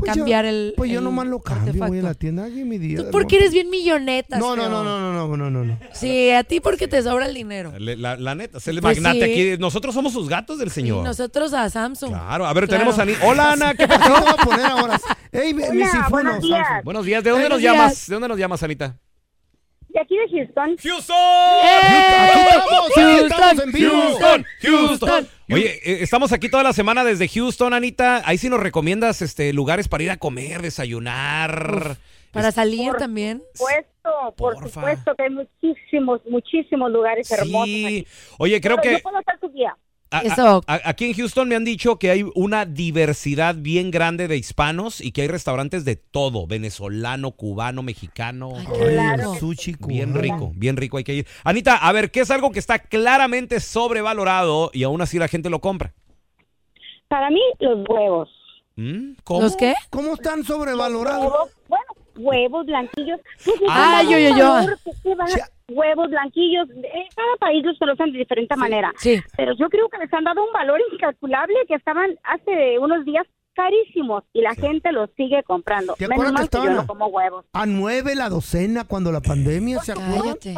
S4: cambiar
S3: yo-
S4: el
S3: Pues yo
S4: el
S3: nomás lo cambio, güey, a la tienda. Ay, mi Dios.
S4: Tú porque eres bien milloneta.
S3: No, no,
S4: creo.
S3: no, no, no, no, no, no, no.
S4: Sí, a ti porque te sobra el dinero.
S2: Le- La, la neta, es el
S4: Pues
S2: magnate
S4: sí.
S2: aquí. Nosotros somos sus gatos del
S4: Y
S3: Oh.
S2: señor.
S4: nosotros a Samsung.
S2: Claro, a ver,
S4: Claro.
S2: tenemos a Ani. Hola, Ana, ¿qué
S3: Así
S2: pasó?
S3: te voy a poner ahora. Ey, mi- mis
S2: Hola,
S3: sifonos,
S2: buenos días.
S3: Samsung.
S2: Buenos días, ¿de dónde nos
S3: Buenos días.
S2: llamas? ¿De dónde nos llamas, Anita?
S6: De aquí de Houston.
S2: ¡Houston!
S3: Aquí estamos, aquí estamos en vivo.
S2: Houston, Houston. Oye, eh, estamos aquí toda la semana desde Houston, Anita. Ahí sí nos recomiendas este, lugares para ir a comer, desayunar.
S4: Para salir también.
S18: supuesto, por supuesto que hay muchísimos, muchísimos lugares hermosos.
S2: Sí. Oye, creo
S18: Pero
S2: que Ah,
S18: Yo puedo ser tu guía.
S2: a- a- a- aquí en Houston me han dicho que hay una diversidad bien grande de hispanos y que hay restaurantes de todo, venezolano, cubano, mexicano.
S18: claro.
S3: el sushi
S2: Bien rico, bien rico hay que ir. Anita, a ver, ¿qué es algo que está claramente sobrevalorado y aún así la gente lo compra?
S18: Para mí, los huevos.
S2: ¿Mm? ¿Cómo?
S3: ¿Cómo están sobrevalorados?
S18: Huevos, bueno, huevos blanquillos. Pues,
S3: Ah,
S18: yo,
S3: yo, yo, yo.
S18: Huevos blanquillos. En cada país los conocen de diferente manera. Pero yo creo que les han dado un valor incalculable que estaban hace unos días carísimos y la gente los sigue comprando.
S3: ¿Te
S18: Menos
S3: acuerdas
S18: mal
S3: que
S18: que yo
S3: estaban
S18: no
S3: a-
S18: como huevos.
S3: A nueve la docena cuando la pandemia se acuerda.
S18: Cállate.
S3: Ay,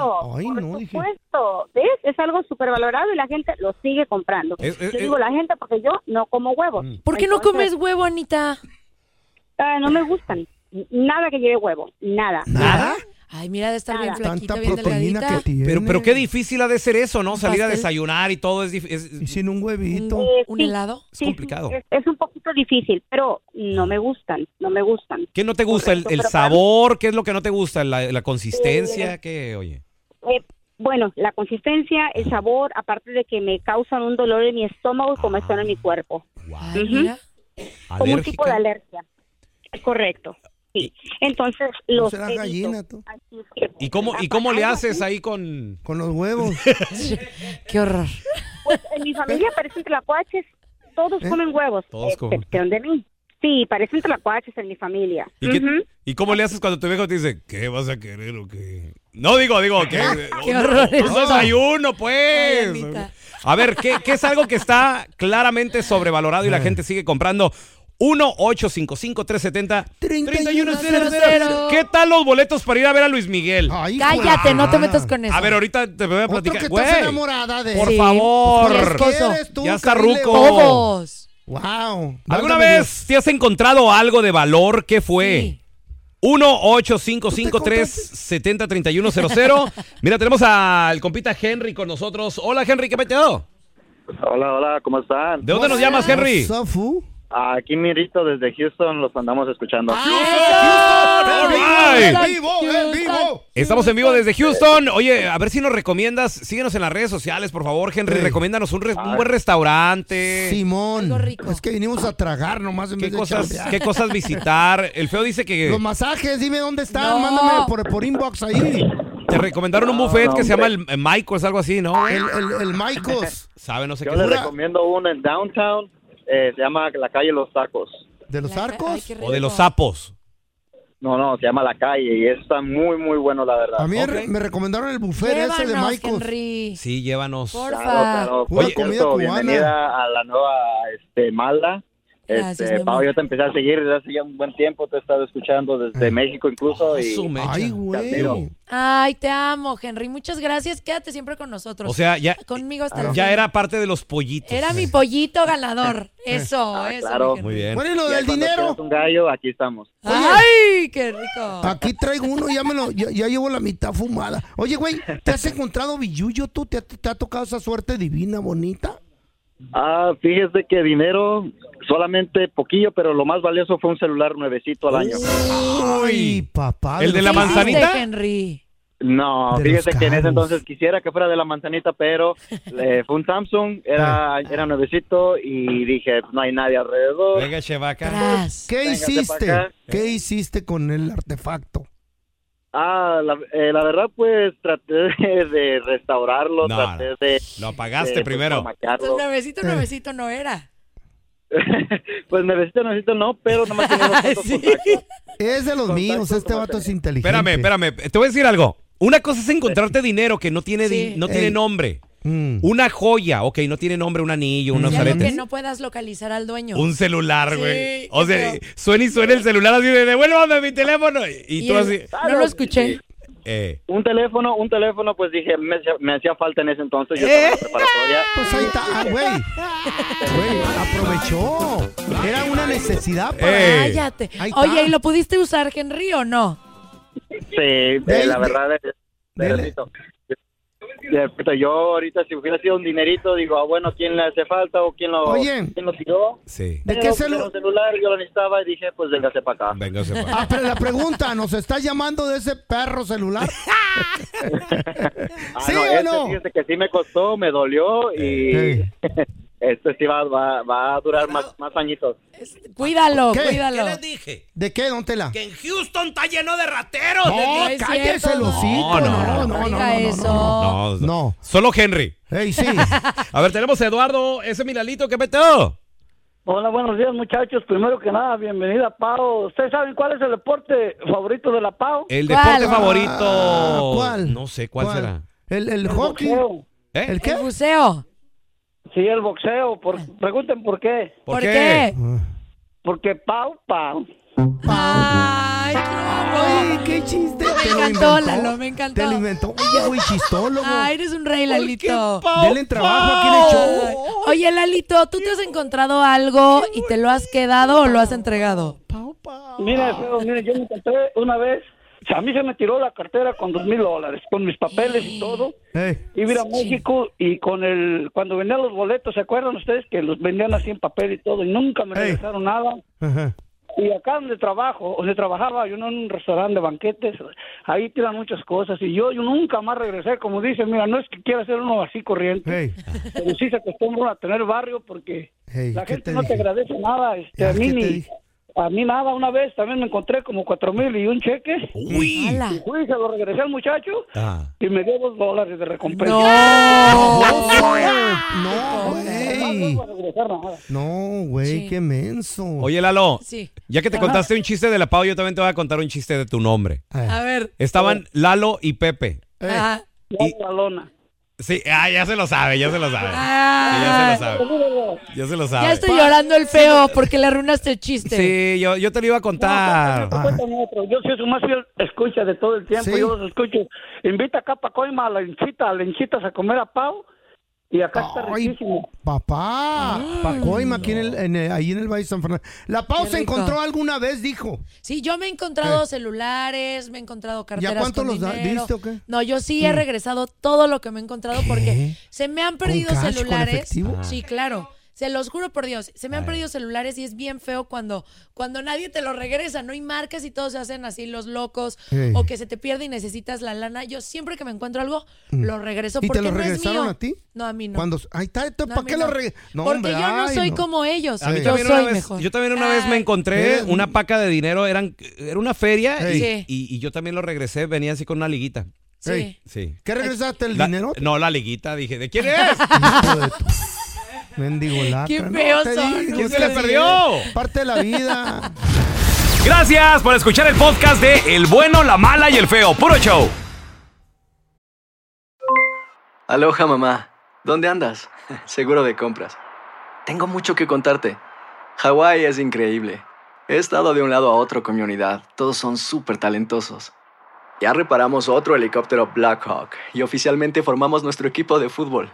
S3: no,
S18: Por
S3: dije.
S18: supuesto, ¿ves? Es algo súper valorado y la gente lo sigue comprando.
S2: Eh,
S3: Es- es-
S18: yo
S3: es-
S18: digo la gente porque yo no como huevos.
S2: Mm.
S4: ¿Por qué no comes huevo, Anita?
S18: Ah, no me gustan. Nada que lleve huevo. Nada.
S2: ¿Nada?
S4: Ay, mira de estar bien flaquita, bien
S3: proteína
S4: delgadita.
S2: Pero, pero qué difícil ha de ser eso, ¿no? Salir a
S4: pastel.
S2: desayunar y todo es difícil.
S3: sin un huevito.
S18: Eh, sí,
S2: Es
S18: sí,
S2: complicado.
S18: sí, Es, es un poquito difícil, pero no me gustan, no me gustan.
S2: ¿Qué no te gusta? ¿El,
S18: Correcto,
S2: el
S18: pero para-
S2: sabor? ¿Qué es lo que no te gusta? ¿La, la consistencia?
S18: Eh,
S2: ¿Qué? Oye.
S18: Eh, bueno, la consistencia, el sabor, aparte de que me causan un dolor en mi estómago y
S3: Ah.
S18: comezón en mi cuerpo. Ujú. Como un tipo de
S2: Alérgica.
S18: alergia. Correcto. Sí. Entonces, los
S3: Eh, serás
S18: evito.
S3: gallina,
S18: Así es que-
S2: ¿Y cómo, ¿Y cómo le haces ahí con...?
S3: Con los huevos.
S4: qué horror.
S18: Pues en mi
S3: ¿Eh?
S18: familia parecen tlacuaches, todos comen huevos,
S2: Todos comen.
S18: excepción de mí. Sí, parecen tlacuaches en mi familia.
S2: ¿Y, qué-
S18: Ujú.
S2: y cómo le haces cuando tu viejo te dice, ¿qué vas a querer o qué? No, digo, digo, ¿qué?
S12: Qué
S2: Un-
S12: horror
S2: un
S12: eso.
S2: desayuno, pues. a ver, ¿qué, qué es algo que está claramente sobrevalorado y la gente sigue comprando? 1-855-370.
S12: 3100.
S2: ¿Qué tal los boletos para ir a ver a Luis Miguel?
S4: Cállate, no te metas con eso.
S2: A ver, ahorita te voy a
S4: Otro
S2: platicar.
S4: que estás
S2: Güey,
S4: enamorada de-
S2: Por
S4: Sí,
S2: favor.
S4: pues, ¿qué quieres tú,
S2: ya está
S4: Carly?
S2: ruco.
S4: Todos.
S3: Wow.
S2: ¿Alguna vez te has encontrado algo de valor? ¿Qué fue? 1-855-370-3100. Mira, tenemos al compita Henry con nosotros. Hola, Henry, ¿qué peteo?
S6: Hola, hola, ¿cómo están?
S2: ¿De dónde nos llamas, Henry?
S6: Aquí Mirito desde Houston los andamos escuchando.
S4: Ah,
S2: All right.
S12: vivo, en vivo!
S2: Estamos en vivo desde Houston. Oye, a ver si nos recomiendas. Síguenos en las redes sociales, por favor, Henry. Recomiéndanos un, res- un buen restaurante.
S3: Simón. Es que vinimos a tragar nomás en
S2: ¿Qué
S3: vez de
S2: cosas,
S3: chambear.
S2: ¿Qué cosas visitar? El feo dice que
S3: Los masajes, dime dónde están, mándame por, por inbox ahí.
S2: te recomendaron un buffet
S6: No,
S2: que se llama
S6: hombre.
S2: el el Michael's, algo así, ¿no?
S3: El, el, el Michael's.
S2: Sabe, no sé
S6: Yo
S2: qué.
S6: les
S2: Pura-
S6: recomiendo uno en Downtown, eh, se llama La Calle Los Tacos.
S3: ¿De los arcos?
S2: O de los sapos.
S6: No, no, se llama La Calle y está muy, muy bueno, la verdad.
S3: A mí me recomendaron el buffet ese de
S6: Llévanos,
S3: Michael's.
S2: Sí, llévanos.
S6: Claro, claro. Por
S3: Pura comida
S6: cierto,
S3: cubana.
S6: bienvenida a la nueva este, Malda.
S3: Gracias, mi
S6: Este,
S3: amor.
S6: Pau, yo te empecé a seguir desde hace ya un buen tiempo, te he estado escuchando desde
S3: Eh.
S6: México incluso. y,
S2: Ah, su mecha. Ay,
S6: te
S2: güey.
S6: admiro.
S4: Ay, te amo, Henry. Muchas gracias. Quédate siempre con nosotros.
S2: O sea, ya,
S4: Conmigo hasta
S3: Ah,
S4: el
S2: ya
S4: fin.
S2: era parte de los pollitos.
S4: Era mi pollito ganador. Eso, eso.
S6: Ah, Claro.
S2: Muy bien.
S3: Bueno, y lo
S6: Ya
S3: del
S6: cuando
S3: dinero.
S6: quieras Un gallo, aquí estamos.
S4: ¡Ay, qué rico!
S3: Aquí traigo uno, ya me lo, ya, ya llevo la mitad fumada. Oye, güey, ¿te has encontrado billuyo tú? ¿Te, ha- te ha tocado esa suerte divina, bonita?
S6: Ah, fíjese que dinero, solamente poquillo, pero lo más valioso fue un celular nuevecito al año.
S3: Ay, papá.
S6: ¿El de la
S4: ¿Qué hiciste,
S6: manzanita?
S4: Henry?
S6: No,
S3: De
S6: fíjese
S3: los
S6: que en ese
S3: caros.
S6: entonces quisiera que fuera de la manzanita, pero eh, fue un Samsung,
S3: Ah.
S6: era, era nuevecito y dije, "Pues, no hay nadie alrededor.
S2: Venga, Chevaca.
S3: ¿Qué
S6: Véngase pa'
S3: hiciste?
S6: acá.
S3: ¿Qué hiciste con el artefacto?
S6: Ah, la, eh, la verdad, pues traté de, de restaurarlo,
S2: No,
S6: traté de. eh, pues,
S2: Lo apagaste primero.
S6: formatearlo.
S4: Entonces, nuevecito, nuevecito no era.
S6: Pues nuevecito, nuevecito no, pero nomás tenía unos cuantos contactos.
S3: Es de los míos, este vato es inteligente.
S2: Espérame, espérame. eh, Te voy a decir algo. Una cosa es
S4: Eh,
S2: encontrarte dinero que no tiene, di- no tiene
S3: Ey.
S2: nombre.
S3: Mm.
S2: Una joya, ok, no tiene nombre, un anillo, unos
S4: Ya lo que
S2: aretes.
S4: no puedas localizar al dueño.
S2: Un celular, güey.
S4: Sí,
S2: o
S4: qué
S2: sea,
S4: feo.
S2: suena y suena el celular así de devuélvame mi teléfono. Y, y
S4: Y
S2: tú
S4: él,
S2: así.
S4: No lo escuché.
S2: Eh.
S6: Un teléfono, un teléfono, pues dije, me, hacía- me hacía falta en ese entonces. Yo estaba en la preparatoria.
S3: Eh. Pues ahí está, ah, güey. Güey, aprovechó. Era una necesidad
S2: Eh.
S3: para.
S4: Cállate.
S3: Ahí está.
S4: Oye, ¿y lo pudiste usar, Henry, o no?
S6: Sí, eh, la verdad, eh,
S3: Dele.
S6: necesito. de puta, yo ahorita si hubiera sido un dinerito, digo, ah, bueno, ¿quién le hace falta o quién lo,
S3: Oye.
S6: ¿quién lo tiró?
S2: Sí.
S6: ¿De qué celular? Yo lo necesitaba y dije, pues véngase para acá.
S2: Véngase
S3: Ah, pero la pregunta, ¿nos estás llamando de ese perro celular?
S6: ¿Sí no,
S3: o
S6: este,
S3: no?
S6: fíjese que sí me costó, me dolió y
S2: Eh.
S6: este sí va, va, va a durar más, más añitos.
S4: Cuídalo,
S3: ¿Qué?
S4: cuídalo.
S3: ¿Qué les
S2: dije?
S3: ¿De qué, don Tela?
S2: En Houston está lleno de rateros.
S3: No,
S2: les dije.
S3: cállese el hocico.
S2: No,
S3: No,
S2: no,
S3: no, no, no, no,
S4: Diga eso.
S2: No, no. Solo Henry.
S3: sí.
S2: a ver, tenemos a Eduardo. Ese Miralito, ¿qué peteo?
S19: Hola, buenos días muchachos. Primero que nada, bienvenida Pau. ¿Ustedes saben cuál es el deporte favorito de la Pau?
S2: El deporte favorito. Ah, ¿Cuál? No sé, ¿cuál,
S19: Ah, ¿Cuál?
S2: será?
S3: El, el hockey.
S19: boxeo.
S2: ¿El
S19: qué? buceo. Sí, el boxeo. Por- pregunten por qué.
S2: ¿Por ¿Por qué? qué?
S19: Porque Pau, Pau.
S3: Ay, qué chiste. Te
S4: Me
S3: lo
S4: encantó,
S3: inventó.
S4: Lalo, me encantó.
S3: Te lo inventó. Oye, güey, chistólogo.
S4: Ay, eres un rey, Lalito.
S3: Pau, Denle trabajo aquí en el show.
S4: Ay. Oye, Lalito, ¿tú te has encontrado algo y te lo has quedado o lo has entregado?
S19: Mire, feo, mire, yo me encontré una vez. A mí se me tiró la cartera con dos mil dólares, con mis papeles y todo. Y vine a México y con el, cuando vendían los boletos, ¿se acuerdan ustedes que los vendían así en papel y todo? Y nunca me regresaron nada. Y acá donde trabajo, donde trabajaba, yo en un restaurante de banquetes, ahí tiran muchas cosas. Y yo, yo nunca más regresé, como dicen, mira, no es que quiera ser uno así corriente, pero sí se acostumbra a tener barrio porque
S3: Hey,
S19: la
S3: ¿qué
S19: gente
S3: te
S19: no
S3: dije?
S19: te agradece nada. Este,
S3: Ya,
S19: a, mí
S3: ¿qué te
S19: ni-
S3: dije?
S19: a mí nada, una vez también me encontré como cuatro mil y un cheque. Uy. Y fui, se lo regresé al muchacho y me dio dos dólares de recompensa.
S3: No.
S19: no,
S3: güey.
S19: no, no, regresar nada.
S3: No, güey, qué menso.
S19: Uh.
S2: Oye, Lalo.
S19: Sí.
S2: Ya que te
S19: Ajá.
S2: contaste un chiste de la Pau, yo también te voy a contar un chiste de tu nombre.
S19: A ver.
S2: Estaban
S4: Oh.
S2: Lalo y Pepe.
S19: Ah, la lona.
S2: Sí, ah, ya se lo sabe, ya se lo sabe.
S4: Ah.
S2: Sí, ya se lo sabe. Ya se lo sabe.
S4: Ya estoy llorando el feo porque le arruinaste el chiste.
S2: Sí, yo, yo te lo iba a contar.
S19: Cuéntame otro. Yo soy su más fiel escucha de todo el tiempo.
S2: Ah. Sí.
S19: Yo los escucho. Invita acá para Coima a la hinchita, a la hinchitas a comer a Pau. Y acá está riquísimo.
S3: Papá, Pacoima, aquí en el, en el- ahí en el Valle de San Fernando. La Pau
S4: Qué
S3: se
S4: rico.
S3: encontró alguna vez, dijo.
S4: Sí, yo me he encontrado
S3: Eh.
S4: celulares, me he encontrado carteras
S3: ¿Ya cuánto
S4: con
S3: los da-
S4: dinero.
S3: diste o qué?
S4: No, yo sí he
S3: Mm.
S4: regresado todo lo que me he encontrado porque se me han
S3: ¿Con
S4: perdido
S3: cash, con
S4: celulares.
S3: efectivo? Ah.
S4: Sí, claro. Se los juro por Dios, se me han perdido celulares y es bien feo cuando, cuando nadie te lo regresa, no hay marcas y todos se hacen así los locos
S3: Ey.
S4: o que se te pierde y necesitas la lana. Yo siempre que me encuentro algo,
S3: Mm.
S4: lo regreso
S3: ¿Y te
S4: porque
S3: lo
S4: no es
S3: regresaron
S4: mío.
S3: a ti?
S4: No, a mí no.
S3: Cuando, ahí está, entonces,
S4: No,
S3: ¿para
S4: a mí
S3: qué
S4: no.
S3: lo re... No,
S4: porque
S3: hombre,
S4: yo no
S3: ay,
S4: soy como ellos.
S2: A mí
S4: yo
S2: también
S4: soy
S2: una vez,
S4: mejor.
S2: yo también una vez me encontré
S4: Eres-
S2: una paca de dinero, eran, era una feria y,
S4: Sí.
S2: y- y yo también lo regresé, venía así con una liguita.
S4: Sí. Ey.
S2: Sí.
S3: ¿Qué regresaste, el
S2: La-
S3: dinero?
S2: No, la liguita, dije, ¿de quién es?
S3: Mendigo lacra.
S2: Qué
S3: Ah, No,
S2: feos
S3: te
S2: son
S3: digo,
S2: ustedes.
S3: es que
S2: perdió?
S3: Parte de la vida.
S11: Gracias por escuchar el podcast de El bueno, la mala y el feo. Puro show.
S8: Aloha mamá, ¿dónde andas? Seguro de compras. Tengo mucho que contarte. Hawái es increíble. He estado de un lado a otro con mi unidad. Todos son súper talentosos. Ya reparamos otro helicóptero Blackhawk y oficialmente formamos nuestro equipo de fútbol.